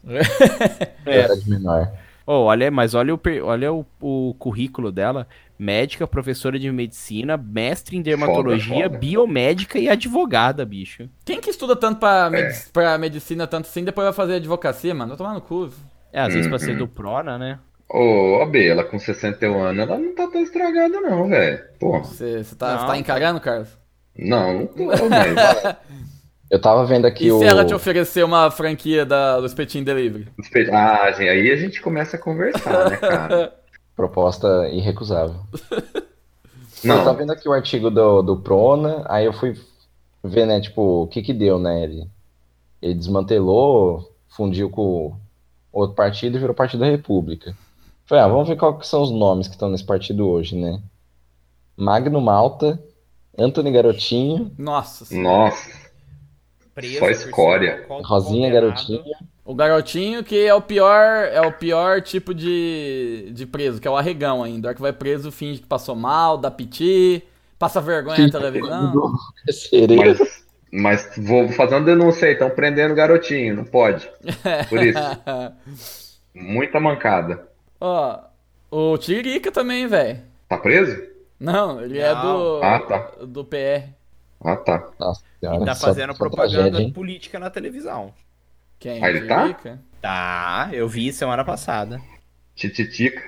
D: eu era de menor.
F: Oh, olha, mas olha, o, per- olha o, o currículo dela. Médica, professora de medicina, mestre em dermatologia,
E: foda.
F: biomédica e advogada, bicho.
C: Quem que estuda tanto
E: É.
C: pra, medic- pra medicina, tanto assim, depois vai fazer advocacia, mano? Vai tomar no cu.
F: É, às vezes pra
E: Uhum.
F: ser do Prona, né?
E: Ô, OB, ela com 61 anos, ela não tá tão estragada, não, velho. Pô,
C: Você você tá,
F: Não,
C: você tá encarando, Carlos?
E: não, não tô, velho.
D: Eu tava vendo aqui
C: E
D: o.
C: se ela te oferecer uma franquia da, do Espetinho Delivery?
E: Ah, gente, aí a gente começa a conversar, né, cara?
D: Proposta irrecusável. Eu tava
E: Não,
D: vendo aqui o artigo do, do Prona, aí eu fui ver, né, tipo, o que que deu, né? Ele, ele desmantelou, fundiu com outro partido e virou Partido da República. Falei, ah, vamos ver qual que são os nomes que estão nesse partido hoje, né? Magno Malta, Antony Garotinho,
C: Nossa. senhora.
E: nossa. Só escória.
D: Rosinha Garotinho,
C: O garotinho que é o pior, é o pior tipo de, de preso, que é o arregão ainda. A hora que vai preso, finge que passou mal, dá piti, passa vergonha na televisão.
D: Sereia.
E: Mas, mas vou fazer uma denúncia aí, estão prendendo garotinho, não pode. Por isso, muita mancada.
C: Ó, o Tirica também, velho.
E: Tá preso?
C: Não, ele é do,
E: Ah, tá.
C: do PR.
E: Ah, tá.
D: Nossa
F: E
D: senhora,
F: tá
D: só-
F: fazendo
D: só
F: propaganda
D: tragédia, hein?
F: política na televisão.
C: Quem?
E: Ah, ele tá?
C: Tiririca?
F: Tá, eu vi semana passada.
E: Tititica.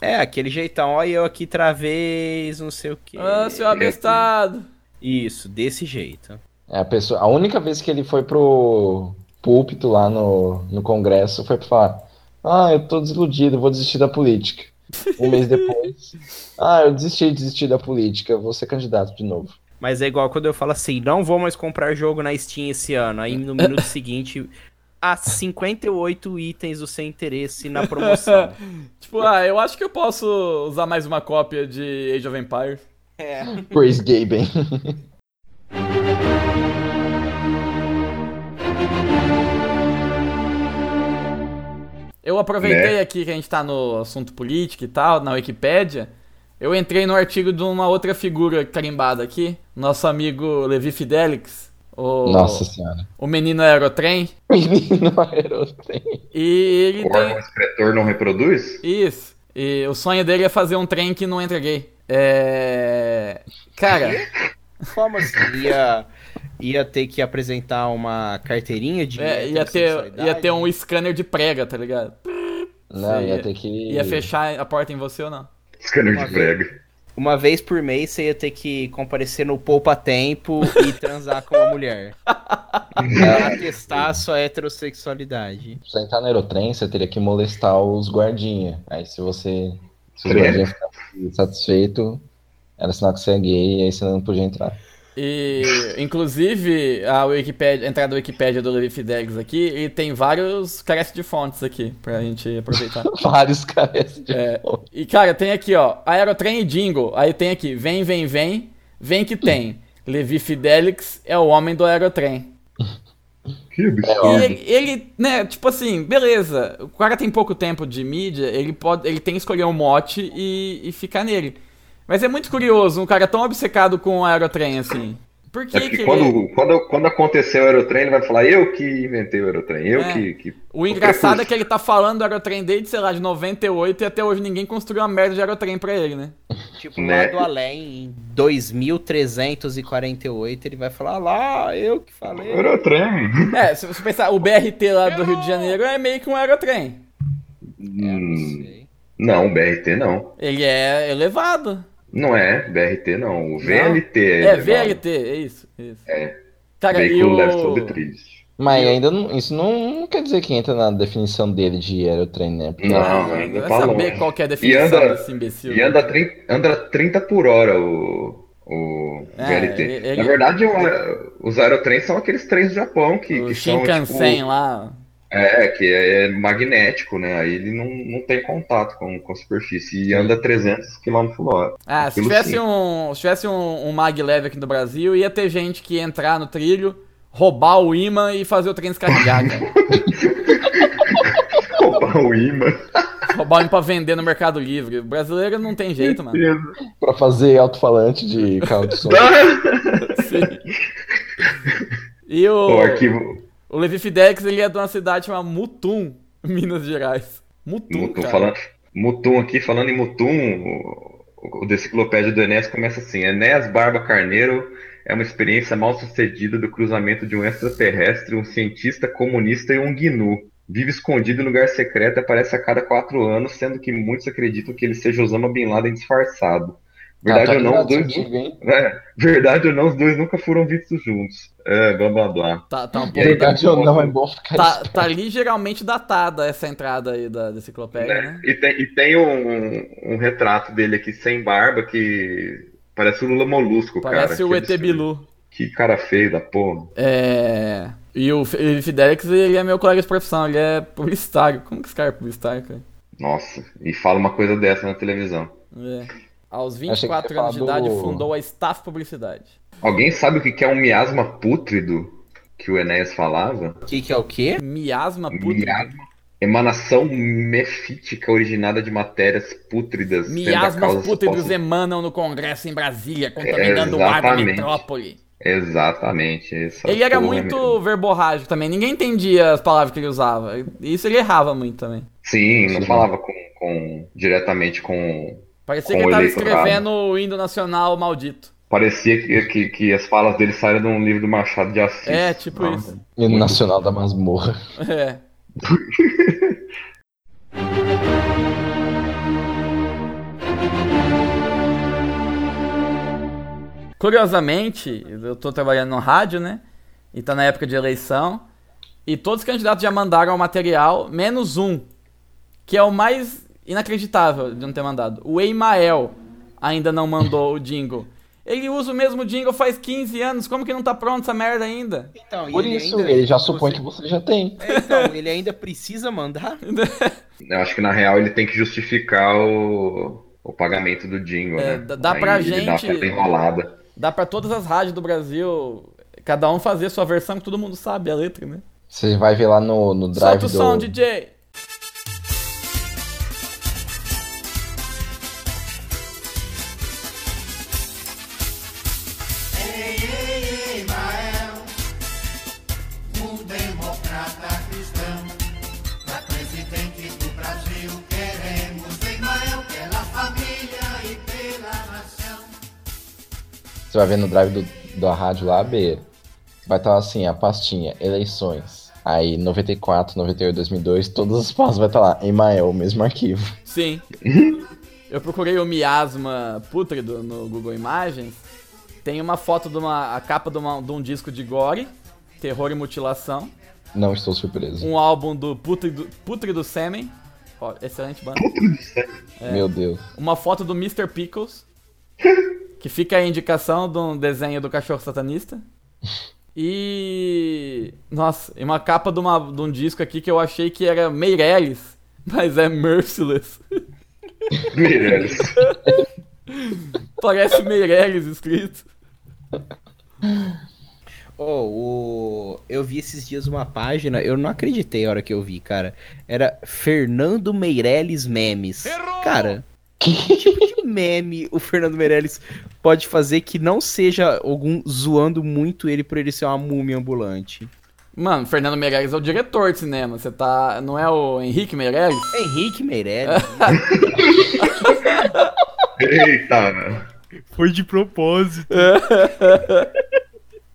F: É, aquele jeitão, ó, eu aqui travês, não sei o quê.
C: Ah, seu abestado.
F: Isso, desse jeito.
D: É, a, pessoa, a única vez que ele foi pro púlpito lá no, no Congresso foi pra falar: Ah, eu tô desiludido, vou desistir da política. Um mês depois, ah, eu desisti, desisti da política, vou ser candidato de novo.
F: Mas é igual quando eu falo assim, não vou mais comprar jogo na Steam esse ano. Aí no minuto seguinte, "Ah, há 58 itens do sem interesse na promoção.
C: Tipo, ah, eu acho que eu posso usar mais uma cópia de Age of Empires.
D: Praise Gaben.
C: Eu aproveitei
E: Né?
C: aqui que a gente tá no assunto político e tal, na Wikipédia. Eu entrei no artigo de uma outra figura carimbada aqui, nosso amigo Levi Fidelix, o,
D: Nossa senhora.
C: o menino aerotrem.
D: Menino aerotrem.
C: E ele
E: O órgão
C: tem.
E: inspetor não reproduz?
C: Isso. E o sonho dele é fazer um trem que não entra gay. É. Cara,
F: Como assim? Ia, ia ter que apresentar uma carteirinha de.
C: é, ia, ter,
F: heterossexualidade?
C: ia ter um scanner de prega, tá ligado?
D: Não,
C: Você
D: ia
C: ia-
D: ter que.
C: é- Ia fechar a porta em você ou não?
E: Scanner
F: Uma
E: de prega.
F: Uma vez por mês você ia ter que comparecer no Poupa Tempo e transar com uma mulher. pra atestar a sua heterossexualidade.
D: Pra você entrar no aerotrem, você teria que molestar os guardinha. Aí se você. Se os
E: Credo.
D: guardinha ficassem satisfeito, era sinal que você é gay e aí você não podia entrar.
C: E, inclusive, a, Wikipédia, a entrada da Wikipédia do Levi Fidelis aqui, ele tem vários careces de fontes aqui, pra gente aproveitar.
D: Vários caras de
C: É.
D: fome.
C: E, cara, tem aqui, ó, Aerotrem e Dingo. Aí tem aqui, vem, vem, vem, vem que tem. Levi Fidelix é o homem do Aerotrem.
E: Que absurdo.
C: E ele, ele, né, tipo assim, beleza, o cara tem pouco tempo de mídia, ele pode, ele tem que escolher um mote e, e ficar nele. Mas é muito curioso, um cara tão obcecado com o aerotrem, assim. Por que,
E: É
C: que
E: porque
C: ele-
E: quando, quando, quando acontecer o aerotrem, ele vai falar, eu que inventei o aerotrem, eu
C: É.
E: que, que.
C: O engraçado é que ele tá falando do aerotrem desde, sei lá, de 98 e até hoje ninguém construiu uma merda de aerotrem pra ele, né?
F: Tipo,
E: Né?
F: lá do além, em 2348, ele vai falar lá, eu que falei.
E: Aerotrem?
C: É, se você pensar, o BRT lá do Rio de Janeiro é meio que um aerotrem.
E: Hum,
F: sei.
E: não, BRT não.
C: Ele é elevado.
E: Não é BRT não. O VLT é.
C: É,
E: elevado.
C: VLT, é isso, é isso.
E: É.
C: Cara, e
E: Veículo
C: o...
E: leve sobre trilhos.
D: Mas ainda não, isso não quer dizer que entra na definição dele de aerotrem, né? Porque
E: Não,
C: Ah,
E: ainda
C: vai
E: tá
C: saber
E: longe.
C: qual que é a definição
E: anda-
C: desse imbecil.
E: E anda, trin- anda 30 por hora o, O
C: É,
E: VLT.
C: ele- ele-
E: Na verdade, o- os aerotrens são aqueles trens do Japão que,
C: o
E: que são,
C: Shinkansen né?
E: tipo,
C: lá.
E: É, que é magnético, né? Aí ele não, não tem contato com, com a superfície e anda 300 km por hora.
C: Ah, se
E: Aquilo
C: tivesse
E: sim.
C: um, se tivesse um, um maglev aqui no Brasil, ia ter gente que ia entrar no trilho, roubar o imã e fazer o trem descarregar, cara.
E: Roubar o imã.
C: roubar o imã pra vender no Mercado Livre. O brasileiro não tem jeito, mano.
D: Pra fazer alto-falante de carro de som.
C: Sim. E
E: O
C: o,
E: arquivo.
C: o Levi Fidex, ele é de uma cidade chamada Mutum, Minas Gerais. Mutum,
E: Mutum,
C: cara.
E: falando, Mutum aqui, falando em Mutum, o, o da enciclopédia do Enéas começa assim: Enéas Barba Carneiro é uma experiência mal sucedida do cruzamento de um extraterrestre, um cientista comunista e um gnu. Vive escondido em lugar secreto e aparece a cada quatro anos, sendo que muitos acreditam que ele seja Osama Bin Laden disfarçado.
D: tá
E: Verdade ou não, os dois, É, verdade ou não, os dois nunca foram vistos juntos. É, blá blá blá.
C: Tá, tá um pouco
E: aí,
D: Verdade ou não, é bom ficar
C: Tá, tá ligeiramente datada essa entrada aí da, da enciclopédia, né?
E: E tem, e tem um, um retrato dele aqui sem barba que parece o Lula Molusco,
C: Parece
E: cara.
C: o
E: Que
C: ET
E: absurdo.
C: Bilu.
E: Que cara feio da porra.
C: É. E o F- e o Fidelix, ele é meu colega de profissão, ele é publicitário. Como que esse cara é publicitário, cara?
E: Nossa, e fala uma coisa dessa na televisão.
C: É. Aos
D: que você
C: 24
D: ia
C: anos de
D: falar
C: idade,
D: do-
C: fundou a Staff Publicidade.
E: Alguém sabe o que que é um miasma pútrido que o Enéas falava?
F: O que, que é o quê?
C: Miasma puta.
E: Miasma. Emanação mefítica originada de matérias pútridas. tendo a causa
C: Miasmas pútridos
E: suposta-
C: emanam no Congresso em Brasília, contaminando o ar da
E: Exatamente.
C: metrópole.
E: Exatamente. essa
C: Ele era
E: porra é né?
C: muito
E: mesmo.
C: verborrágico também, ninguém entendia as palavras que ele usava. Isso ele errava muito também.
E: Sim, não
D: Sim.
E: falava com, com- diretamente com.
C: Parecia
E: Com
C: que ele tava
E: ele, claro.
C: escrevendo o hino nacional maldito.
E: Parecia que, que, que as falas dele saíram de um livro do Machado de Assis.
C: É, tipo
E: Não.
C: isso.
D: Hino Nacional da Masmorra.
C: É. Curiosamente, eu tô trabalhando no rádio, né? E tá na época de eleição. E todos os candidatos já mandaram o material, menos um. Que é o mais inacreditável de não ter mandado. O Eimael ainda não mandou o jingle. Ele usa o mesmo jingle faz 15 anos. Como que não tá pronto essa merda ainda?
F: Então,
D: Por isso, ele já supõe que você já tem.
F: É, então, ele ainda precisa mandar?
E: Eu acho que na real ele tem que justificar o, o pagamento do Dingo,
C: É,
E: né?
C: dá- dá pra
E: ele Dá
C: gente-
E: aquela enrolada.
C: Dá pra todas as rádios do Brasil, cada um fazer sua versão que todo mundo sabe a letra, né?
D: Você vai ver lá no, no drive
C: Solta o
D: do...
C: som, DJ!
D: Você vai ver no drive do, da rádio lá, B. Vai estar assim, a pastinha, eleições. Aí, 94, 98, 2002, todas as pastas vai estar lá. Emael, o mesmo arquivo.
C: Sim. Eu procurei o miasma pútrido no Google Imagens. Tem uma foto de uma a capa de, uma- de um disco de gore, terror e mutilação.
D: Não estou surpreso.
C: Um álbum do Pútrido, Pútrido Semen. Ó, excelente banda.
D: Meu Deus.
C: Uma foto do Mr. Pickles. Que fica a indicação de um desenho do cachorro satanista. E. Nossa, e uma capa de, uma- de um disco aqui que eu achei que era Meirelles, mas é Merciless.
E: Meirelles.
C: Parece Meirelles escrito.
F: Oh, o... Eu vi esses dias uma página, eu não acreditei a hora que eu vi, cara. Era Fernando Meirelles Memes. Cara, que tipo de meme o Fernando Meirelles pode fazer que não seja algum zoando muito ele por ele ser uma múmia ambulante?
C: Mano, Fernando Meirelles é o diretor de cinema. Você tá. Não é o Henrique Meirelles?
F: Henrique Meirelles
E: Eita, mano.
F: foi de propósito.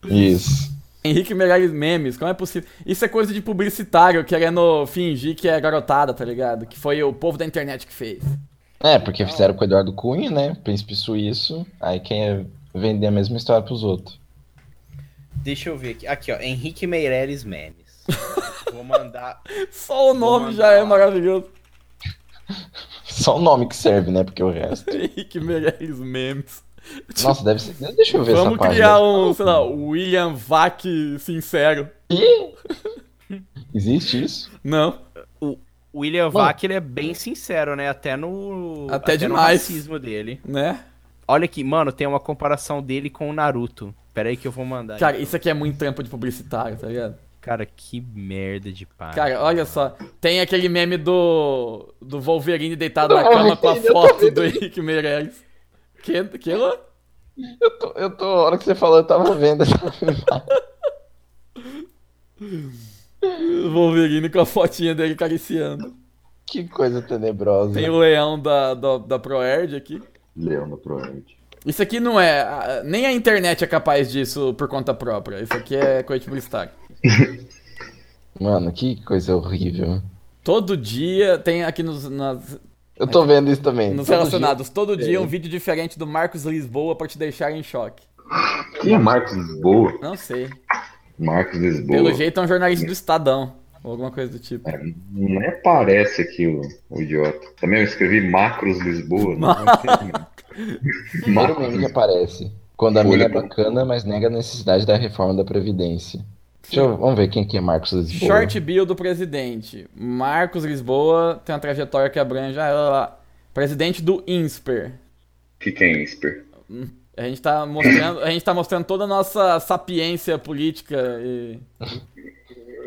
D: Isso.
C: Henrique Meirelles memes, como é possível? Isso é coisa de publicitário querendo fingir que é garotada, tá ligado? Que foi o povo da internet que fez.
D: É, porque fizeram com o Eduardo Cunha, né? Príncipe Suíço. Aí quer vender a mesma história pros outros.
F: Deixa eu ver aqui. Aqui, ó. Henrique Meirelles Memes. Vou mandar.
C: Só o
F: Vou
C: nome
F: mandar
C: já é
F: lá.
C: maravilhoso.
D: Só o nome que serve, né? Porque o resto.
C: Henrique Meirelles memes.
D: Nossa, deve ser. Deixa eu ver
C: Vamos
D: essa
C: criar
D: página.
C: um, sei lá, William Vac sincero.
D: Ih! Existe isso?
C: Não.
F: William Vac, ele é bem sincero, né? Até no.
C: Até
F: no
C: demais.
F: racismo dele.
C: Né?
F: Olha aqui, mano, tem uma comparação dele com o Naruto. Pera aí que eu vou mandar.
C: Cara, isso aqui é muito trampo de publicitário, tá ligado?
F: Cara, que merda de pai.
C: Cara, olha só. Tem aquele meme do. do Wolverine deitado na
D: Não,
C: cama com a
D: eu tô
C: foto
D: vendo
C: do Henrique Meirelles. Que, que lá?
D: Eu tô, eu tô. A hora que você falou, eu tava vendo essa
C: Wolverine com a fotinha dele cariciando.
D: Que coisa tenebrosa.
C: Tem o leão da, da, da ProErd aqui.
E: Leão no Proerd.
C: Isso aqui não é. a- Nem a internet é capaz disso por conta própria. Isso aqui é coisa de publicitário.
D: Mano, que coisa horrível.
C: Todo dia tem aqui nos, nas-
D: Eu
C: É
D: tô vendo isso também.
C: nos
D: Um Todo
C: relacionados. Todo dia
D: É.
C: um vídeo diferente do Marcos Lisboa pra te deixar em choque.
E: Quem é Marcos Lisboa?
C: Não sei.
E: Marcos Lisboa.
C: Pelo jeito é um jornalista do Estadão. Ou alguma coisa do tipo.
E: Não é parece aqui o, o idiota. Também eu escrevi Macros Lisboa. né? Não sei.
D: dia, Primeiro
E: Macros
D: meme que
E: Lisboa.
D: aparece. Quando a mina é
E: Olha.
D: bacana, mas nega a necessidade da reforma da Previdência. Deixa eu, vamos ver quem que é Marcos Lisboa.
C: Short bio do presidente. Marcos Lisboa tem uma trajetória que abrange. Ah, lá, lá. Presidente do INSPER.
E: O que que é Insper?
C: A gente tá mostrando, a gente tá mostrando toda a nossa sapiência política e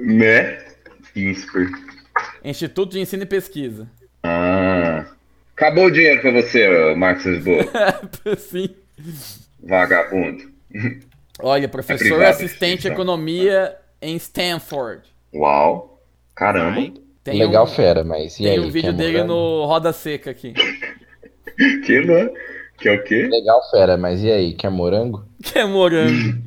E: Né? Insper.
C: Instituto de Ensino e Pesquisa.
E: Ah. Acabou o dinheiro pra você, ô, Marcos Lisboa.
C: Sim.
E: Vagabundo.
C: Olha, professor
E: É privado,
C: assistente de
E: então.
C: economia em Stanford.
E: Uau. Caramba.
C: Tem
D: Legal,
C: um,
D: fera, mas. E
C: tem
D: aí,
C: um vídeo
D: quer
C: dele
D: mudar?
C: no Roda Seca aqui.
E: Que não? Que é o quê?
D: Legal, fera, mas e aí, quer morango?
C: Que é morango.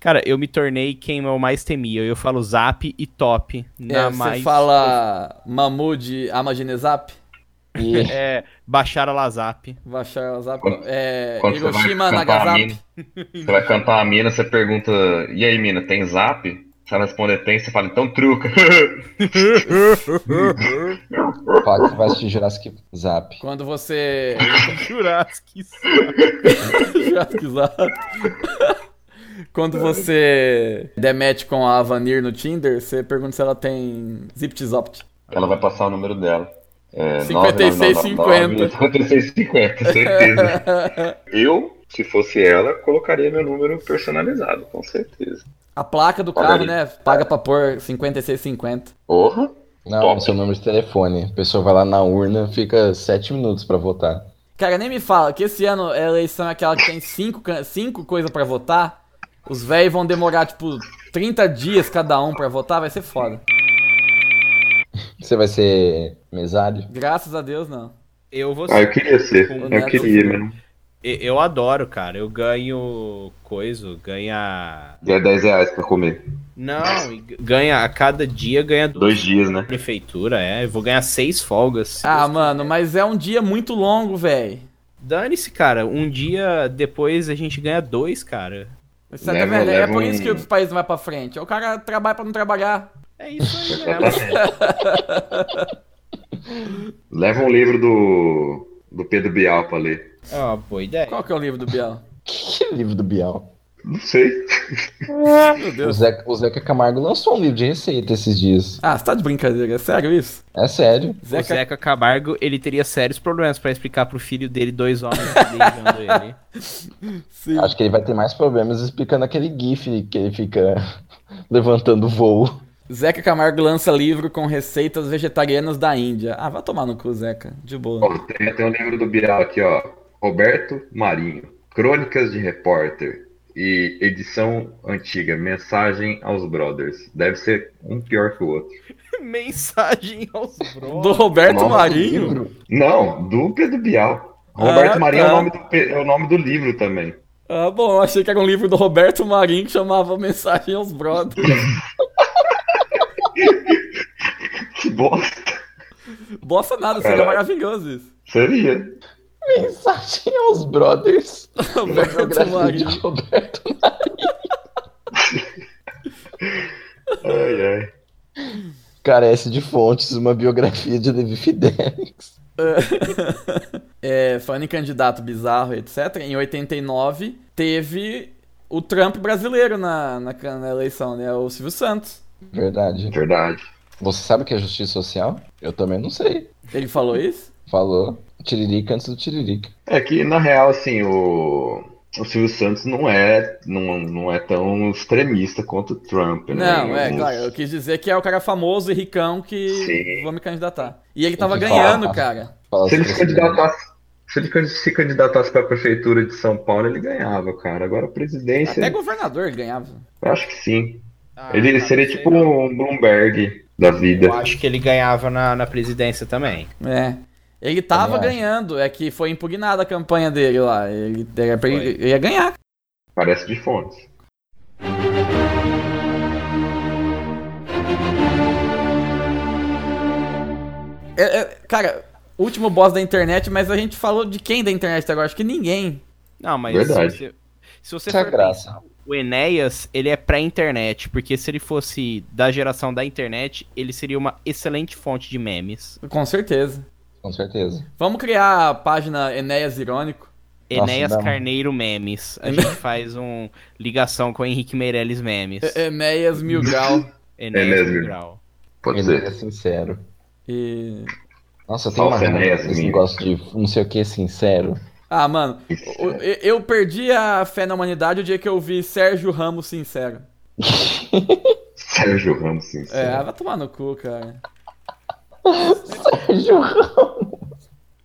F: Cara, eu me tornei quem eu mais temia. Eu falo zap e
C: É,
F: top. Na
C: você
F: mais...
C: fala Mamu de Amaginezap?
D: E
F: É, baixar a lazap.
C: Baixar o zap?
E: Quando-
C: É,
E: quando você vai
C: Hiroshima
E: cantar a
C: Nagasap?
E: mina, Você vai cantar a mina, você pergunta, e aí, mina, tem zap? Se ela responder tem, você fala, então truca.
D: fala que vai assistir Jurassic Zap.
C: Quando você.
F: Jurassic.
C: Jurassic Zap. Quando você der match com a Avanir no Tinder, você pergunta se ela tem Ziptzopt.
E: ela vai passar o número dela. É,
C: 56,50.
E: 5650, certeza. Eu, se fosse ela, colocaria meu número personalizado, com certeza.
C: A placa do
E: Olha
C: carro,
E: aí.
C: né? Paga pra pôr 56,50.
E: Porra!
D: Não,
E: Top.
D: seu número de telefone. A pessoa vai lá na urna, fica sete minutos pra votar.
C: Cara, nem me fala que esse ano a eleição é aquela que tem cinco, can- cinco coisas pra votar. Os velhos vão demorar, tipo, 30 dias cada um pra votar. Vai ser foda.
D: Você vai ser mesário?
C: Graças a Deus, não.
F: Eu vou
E: Ah, eu queria ser. Eu queria né? mesmo.
F: E- Eu adoro, cara. Eu ganho coisa, ganha.
E: E é 10 reais pra comer.
F: Não, e g- ganha a cada dia ganha duas
E: Dois dias, né?
F: prefeitura, é. Eu vou ganhar seis folgas.
C: Ah, mano, mas é um dia muito longo, velho.
F: Dane-se, cara. Um dia depois a gente ganha dois, cara.
C: Você tá
E: Leva-
C: vendo? É
E: leva
C: por
E: um-
C: isso que o país não vai pra frente. O cara trabalha pra não trabalhar.
F: É isso aí, né?
E: Leva um livro do, do Pedro Bial pra ler.
F: É uma boa ideia.
C: Qual que é o livro do Biel?
D: Que é livro do Bial.
E: Não sei.
C: Meu
D: O
C: Deus.
D: Zeca, o Zeca Camargo lançou um livro de receita esses dias.
C: Ah, você tá de brincadeira, é sério isso?
D: É sério.
F: O
C: Zeca,
F: Zeca Camargo, ele teria sérios problemas pra explicar pro filho dele dois homens beijando ele.
C: sim.
D: Acho que ele vai ter mais problemas explicando aquele gif que ele fica levantando voo.
C: Zeca Camargo lança livro com receitas vegetarianas da Índia. Ah, vai tomar no cu, Zeca. De boa.
E: Ó, tem, tem um livro do Bial aqui, ó. Roberto Marinho. Crônicas de Repórter. E edição antiga. Mensagem aos Brothers. Deve ser um pior que o outro.
F: Mensagem aos bros.
C: Do Roberto
E: Nossa,
C: Marinho?
E: Não, é do Pedro Bial.
C: Ah,
E: Roberto Marinho é,
C: tá.
E: o nome do, pe- é o nome do livro também.
C: Ah, bom, eu achei que era um livro do Roberto Marinho que chamava Mensagem aos Brothers.
E: Que bosta.
C: Bosta nada, seria
E: Caralho.
C: maravilhoso isso.
E: Seria.
D: Mensagem aos brothers.
C: Roberto
D: Biografia de
C: Marinho.
D: Roberto.
E: Ai, ai.
D: Carece de fontes uma biografia de Levi Fidelix.
C: é, falando em candidato bizarro, etc., em 89 teve o Trump brasileiro na, na, na eleição, né? O Silvio Santos.
D: Verdade.
E: Verdade.
D: Você sabe o que é justiça social? Eu também não sei.
C: Ele falou isso?
D: Falou. Tiririca antes do Tiririca.
E: É que, na real, assim, o, o Silvio Santos não é, não, não é tão extremista quanto o Trump, né?
C: Não, é,
E: Os-
C: claro, eu quis dizer que é o cara famoso e ricão que
E: Sim.
C: vou me candidatar. E ele tava
D: Ele
C: ganhando,
D: fala.
C: cara.
D: Fala
E: Se ele se
D: sobre isso.
E: candidatasse, se ele can- se candidatasse para a prefeitura de São Paulo, ele ganhava, cara. Agora a presidência,
C: Até governador ele ganhava.
E: eu acho que sim.
F: Ah,
E: Ele
F: cara,
E: seria
F: não sei
E: tipo
F: não.
E: um Bloomberg da vida.
F: Eu acho que ele ganhava na, na presidência também.
C: É. Ele tava
D: acho.
C: ganhando, é que foi impugnada a campanha dele lá. Ele, era pra ele- ele ia ganhar.
E: Parece de fontes.
C: É, é, cara, último boss da internet, mas a gente falou de quem da internet até agora? Acho que ninguém.
F: Não, mas
E: Verdade.
F: se você, se você
D: Essa é a
F: for
D: graça.
F: pensar, o Enéas, ele é pré-internet, porque se ele fosse da geração da internet, ele seria uma excelente fonte de memes.
C: Com certeza.
D: Com certeza.
C: Vamos criar a página Enéas Irônico.
D: Nossa,
F: Enéas
D: dá um-
F: Carneiro Memes. A gente faz um ligação com o Henrique Meirelles Memes.
C: E- Enéas Mil Grau.
F: Enéas
E: Enéas
F: do Grau.
E: Pode
D: Ele é
E: ser.
D: sincero.
C: E.
D: Nossa, tem uma
E: Falsa
D: raiva
E: ideia,
D: desse
E: sim.
D: negócio de não sei o que sincero.
C: Ah, mano, o- o- e- eu perdi a fé na humanidade o dia que eu vi Sérgio Ramos sincero.
E: Sérgio Ramos, sim.
C: É, ah, vai tomar no cu, cara.
D: Sérgio Ramos.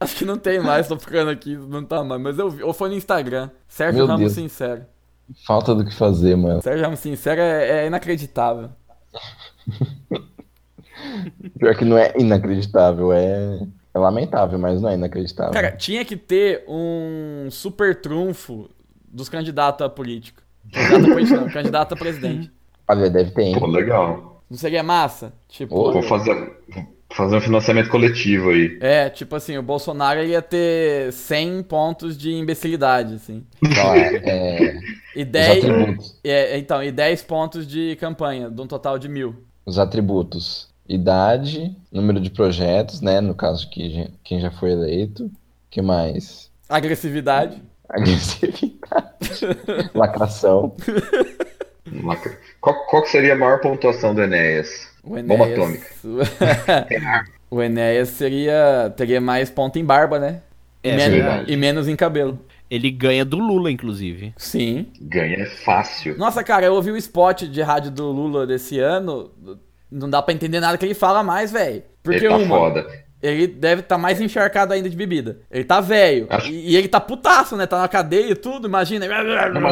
C: Acho que não tem mais, tô ficando aqui, não tá mais. Mas eu vi, ou foi no Instagram. Sérgio
D: Meu
C: Ramos
D: Deus.
C: sincero.
D: Falta do que fazer, mano.
C: Sérgio Ramos sincero é, é
D: Tá
C: inacreditável.
D: Pior que não é inacreditável, é, é lamentável, mas não é inacreditável.
C: Cara, tinha que ter um super trunfo dos candidatos a político. Candidato a político, não, candidato a presidente.
D: Olha, deve ter, hein?
E: Pô, legal.
C: Não seria massa? Tipo.
D: Pô.
E: Vou fazer, vou fazer um financiamento coletivo aí.
C: É, tipo assim, o Bolsonaro ia ter 100 pontos de imbecilidade, assim.
D: Não, é, é,
C: E
D: os
C: 10,
D: atributos.
C: É, então, e 10 pontos de campanha, de um total de mil.
D: Os atributos. Idade, número de projetos, né? No caso de que já- quem já foi eleito. que mais?
C: Agressividade.
D: Agressividade. Lacração.
E: Uma- Qual, qual que seria a maior pontuação do Enéas?
C: O
E: Bomba atômica.
C: o Enéas seria, teria mais ponto em barba, né? E,
F: É
C: men-
E: verdade.
C: e menos em cabelo.
F: Ele ganha do Lula, inclusive.
C: Sim.
E: Ganha é fácil.
C: Nossa, cara, eu ouvi o spot de rádio do Lula desse ano. Não dá pra entender nada que ele fala mais, velho. Porque
E: Ele tá
C: uma,
E: foda.
C: ele deve estar mais encharcado ainda de bebida. Ele tá velho.
E: Acho-
C: E, e ele tá putaço, né? Tá na cadeia e tudo, imagina.
E: Eu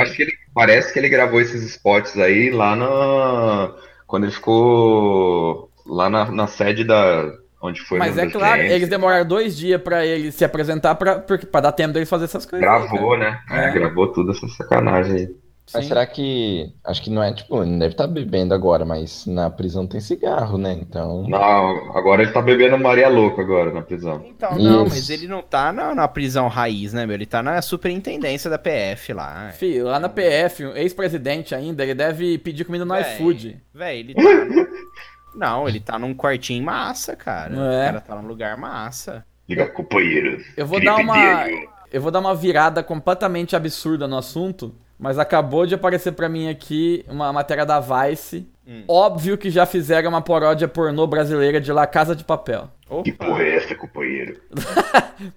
E: acho que ele, parece que ele gravou esses spots aí lá na. Quando ele ficou lá na, na sede da. Onde foi
C: Mas
E: no-
C: é
E: dos
C: claro,
E: clientes.
C: eles demoraram dois dias pra ele se apresentar pra, porque- pra dar tempo deles fazer essas coisas.
E: Gravou, né? É,
C: É.
E: gravou tudo essa sacanagem aí.
D: Mas será que. Acho que não é, tipo, não deve estar bebendo agora, mas na prisão tem cigarro, né? Então.
E: Não, agora ele tá bebendo Maria Louca agora na prisão.
F: Então, não,
D: Isso.
F: mas ele não tá na, na prisão raiz, né, meu? Ele tá na superintendência da PF lá.
C: Fih, lá na PF, um ex-presidente ainda, ele deve pedir comida no
F: Véi.
C: iFood.
F: Véi, ele tá. no- Não, ele tá num quartinho massa, cara.
C: Não é?
F: O cara tá num lugar massa.
E: Liga, companheiro.
C: Eu vou
E: Queria
C: dar uma.
E: pedir aí,
C: Eu vou dar uma virada completamente absurda no assunto, mas acabou de aparecer pra mim aqui uma matéria da Vice.
D: Hum.
C: Óbvio que já fizeram uma paródia pornô brasileira de La Casa de Papel.
E: Que porra é essa, companheiro?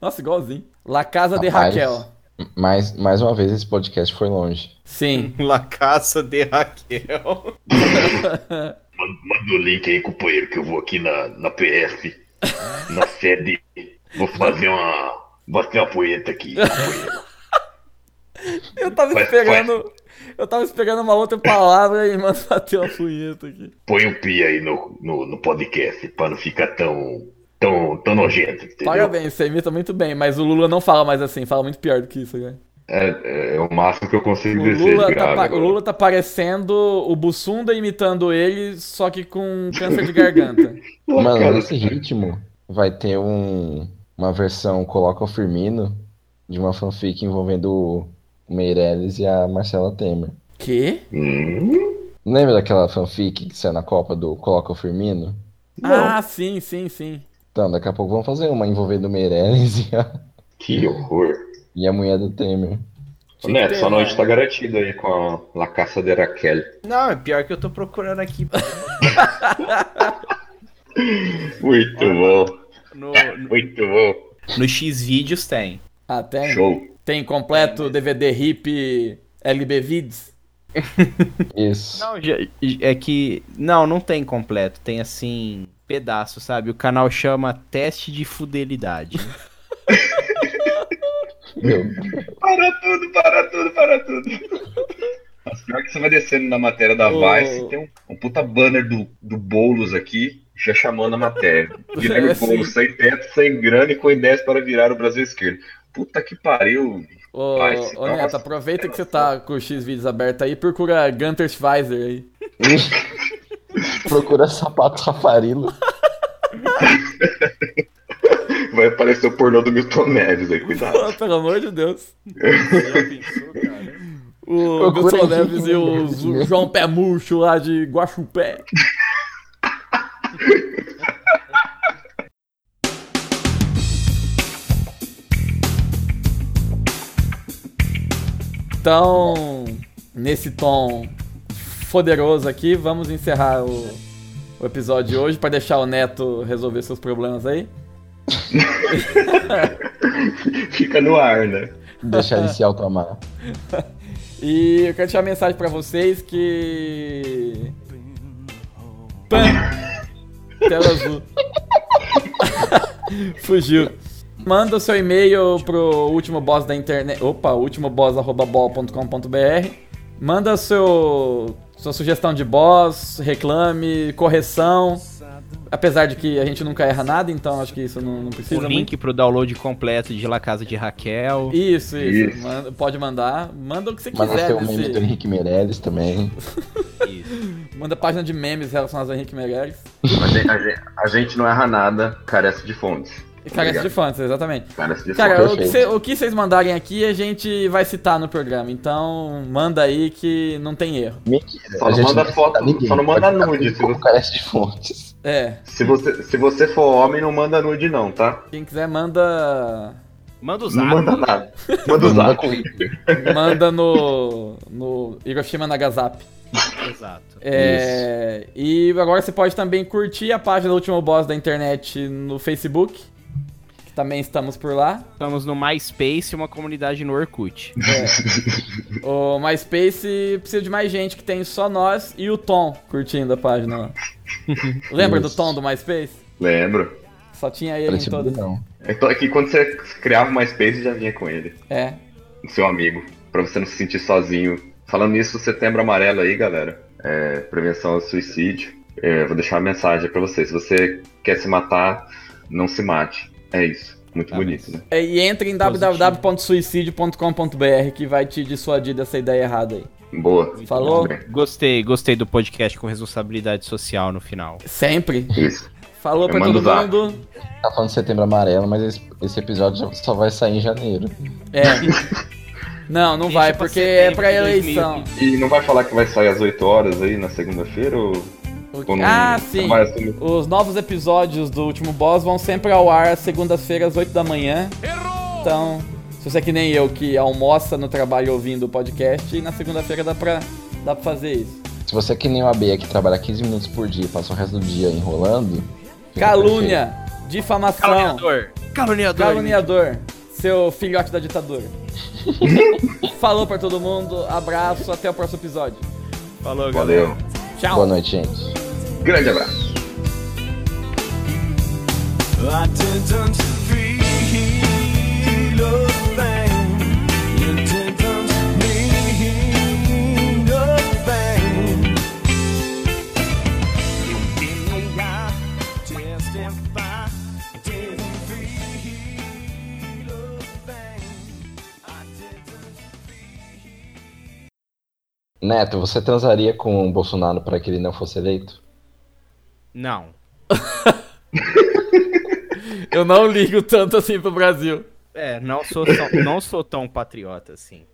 C: Nossa, igualzinho. La Casa de
D: Rapaz.
C: Raquel.
D: Mais, mais uma vez esse podcast foi longe.
C: Sim.
F: La Caça de Raquel.
E: Manda, manda o link aí, companheiro, que eu vou aqui na, na PF, na sede. Vou fazer uma. Bater uma poeta aqui. companheiro.
C: Eu tava
E: Ué,
C: esperando. Eu tava esperando uma outra palavra e mano bateu uma punheta aqui.
E: Põe o pi aí no, no, no podcast pra não ficar tão. tão, tão nojento, entendeu?
C: Parabéns, você imita muito bem, mas o Lula não fala mais assim, fala muito pior do que isso, cara.
E: É, é o máximo que eu consigo
C: O
E: descer
C: Lula,
E: de
C: tá, pa-
E: grave.
C: o Lula tá parecendo o Bussunda imitando ele, só que com câncer de garganta.
D: Mano, nesse ritmo vai ter um, uma versão Coloca o Firmino de uma fanfic envolvendo o Meirelles e a Marcela Temer.
C: Que?
E: Hum,
D: Lembra daquela fanfic que saiu na Copa do Coloca o Firmino?
C: Ah, sim, sim, sim.
D: Então, daqui a pouco vamos fazer uma envolvendo o Meirelles e a,
E: Que horror.
D: e a mulher do Temer.
E: Ô,
C: Tinha que
E: Neto,
C: ter,
E: sua
C: né?
E: noite tá garantida aí com a La Caça de Raquel.
F: Não, é pior que eu tô procurando aqui
E: Muito bom,
F: no, no,
E: muito bom.
F: no X-Vídeos tem.
C: Ah, tem?
E: Show.
C: Tem completo DVD hip LB Vids?
D: Isso.
F: Não, já- é que. Não, não tem completo. Tem assim. Pedaço, sabe? O canal chama Teste de Fidelidade.
D: Meu,
E: Para tudo, para tudo, para tudo. Mas pior que você vai descendo na matéria da
C: Ô.
E: Vice, tem um, um puta banner do, do Boulos aqui, já chamando a matéria. Guilherme
C: É, sim.
E: Boulos, sem teto, sem grana e com ideias para virar o Brasil esquerdo. Puta que pariu.
C: Ô,
E: Vai, se
C: ô
E: não,
C: Neto,
E: vai-
C: aproveita que você tá com o X-Vídeos aberto aí, procura Gunter Schweizer aí.
D: procura sapato safarilo.
E: Vai aparecer o pornô do Milton Neves aí, cuidado.
C: Pô, Pelo amor de Deus. O
D: Procura
C: Gustavo
D: aí.
C: Neves e o Zu- João Pé Murcho lá de Guaxupé. Então, nesse tom foderoso aqui, vamos encerrar o, o episódio de hoje para deixar o Neto resolver seus problemas aí.
E: Fica no ar, né?
D: Deixar ele se automar.
C: E eu quero deixar uma mensagem pra vocês que. Pã! Tela azul. Fugiu. Manda o seu e-mail pro último boss da internet. Opa, ultimoboss.com.br. Manda seu, sua sugestão de boss, reclame, correção. Apesar de que a gente nunca erra nada, então acho que isso não, não
F: o
C: precisa muito.
F: link pro download completo de La Casa de Raquel.
C: Isso, isso.
E: Isso.
C: Manda- pode mandar. Manda o que você
D: Mas
C: quiser.
D: seu meme do
C: desse-
D: Henrique Meirelles também.
F: Isso.
C: Manda página de memes relacionados a Henrique Meirelles.
E: A gente, a gente- a gente não erra nada, carece de fontes.
C: E carece de
E: Obrigado.
C: fãs, exatamente.
E: Carece de
C: Cara,
E: fontes.
C: o que, cê- o que vocês mandarem aqui a gente vai citar no programa. Então, manda aí que não tem erro.
D: Mentira.
E: Só
D: a
E: não
D: gente
E: manda
D: vai
E: foto,
D: citar ninguém.
E: só não manda
D: Pode ficar
E: nude,
D: tudo
E: se
D: como
E: você-
D: carece de fontes.
C: É.
E: Se você, se você for homem, não manda nude não, tá?
C: Quem quiser, manda.
F: Manda o zap.
E: Não manda nada. Manda o zap.
C: Manda no. no Hiroshima Nagasaki.
F: Exato.
C: É, e agora você pode também curtir a página do último boss da internet no Facebook. Que também estamos por lá.
F: Estamos no MySpace, uma comunidade no Orkut.
C: É. O MySpace precisa de mais gente, que tem só nós e o Tom curtindo a página lá. Lembra do
D: Isso.
C: Tom do MySpace?
E: Lembro.
C: Só tinha ele em
D: Parece
C: todas.
D: tipo não.
E: Então aqui quando você criava o MySpace, já vinha com ele.
C: É.
E: O seu amigo. Pra você não se sentir sozinho. Falando nisso, setembro amarelo aí, galera. É, prevenção ao suicídio. É, vou deixar uma mensagem pra você. Se você quer se matar, não se mate. É isso. Muito
F: Tá,
E: bonito, né?
F: mas-
C: É, E entre em
F: Positivo.
C: www.suicidio.com.br que vai te dissuadir dessa ideia errada aí.
E: Boa.
C: Falou?
E: Muito bem.
F: Gostei, gostei do podcast com responsabilidade social no final.
C: Sempre.
E: Isso.
C: Falou
E: Eu
C: pra
E: mando
C: todo
E: zap.
C: mundo.
D: Tá falando de setembro amarelo, mas esse, esse episódio já- só vai sair em janeiro.
C: É. Não, não
F: Deixa
C: vai,
F: pra
C: porque
F: setembro
C: é pra
F: de
C: eleição.
E: E não vai falar que vai sair às 8 horas aí na segunda-feira ou.
C: O-
E: ou não-
C: Ah,
E: não
C: sim.
E: vai assumir?
C: Os novos episódios do Último Boss vão sempre ao ar às segundas-feiras, 8 da manhã. Então, se você é que nem eu que almoça no trabalho ouvindo o podcast, e na segunda-feira dá pra, dá pra fazer isso.
D: Se você é que nem o AB que trabalha 15 minutos por dia e passa o resto do dia enrolando. fica
C: Calúnia, difamação,
F: Caluniador!
C: caluniador, seu filhote da ditadura. Falou pra todo mundo, abraço, até o próximo episódio.
F: Falou, galera.
E: Valeu.
D: perfeito.
C: Tchau.
D: Boa noite, gente.
E: Grande abraço.
G: I didn't feel a thing. You didn't mean a thing. Even I testify, didn't feel a thing. I didn't
D: Neto, você transaria com o Bolsonaro para que ele não fosse eleito?
F: Não.
C: Eu não ligo tanto assim pro Brasil.
F: É, não sou, tão- não sou tão patriota assim.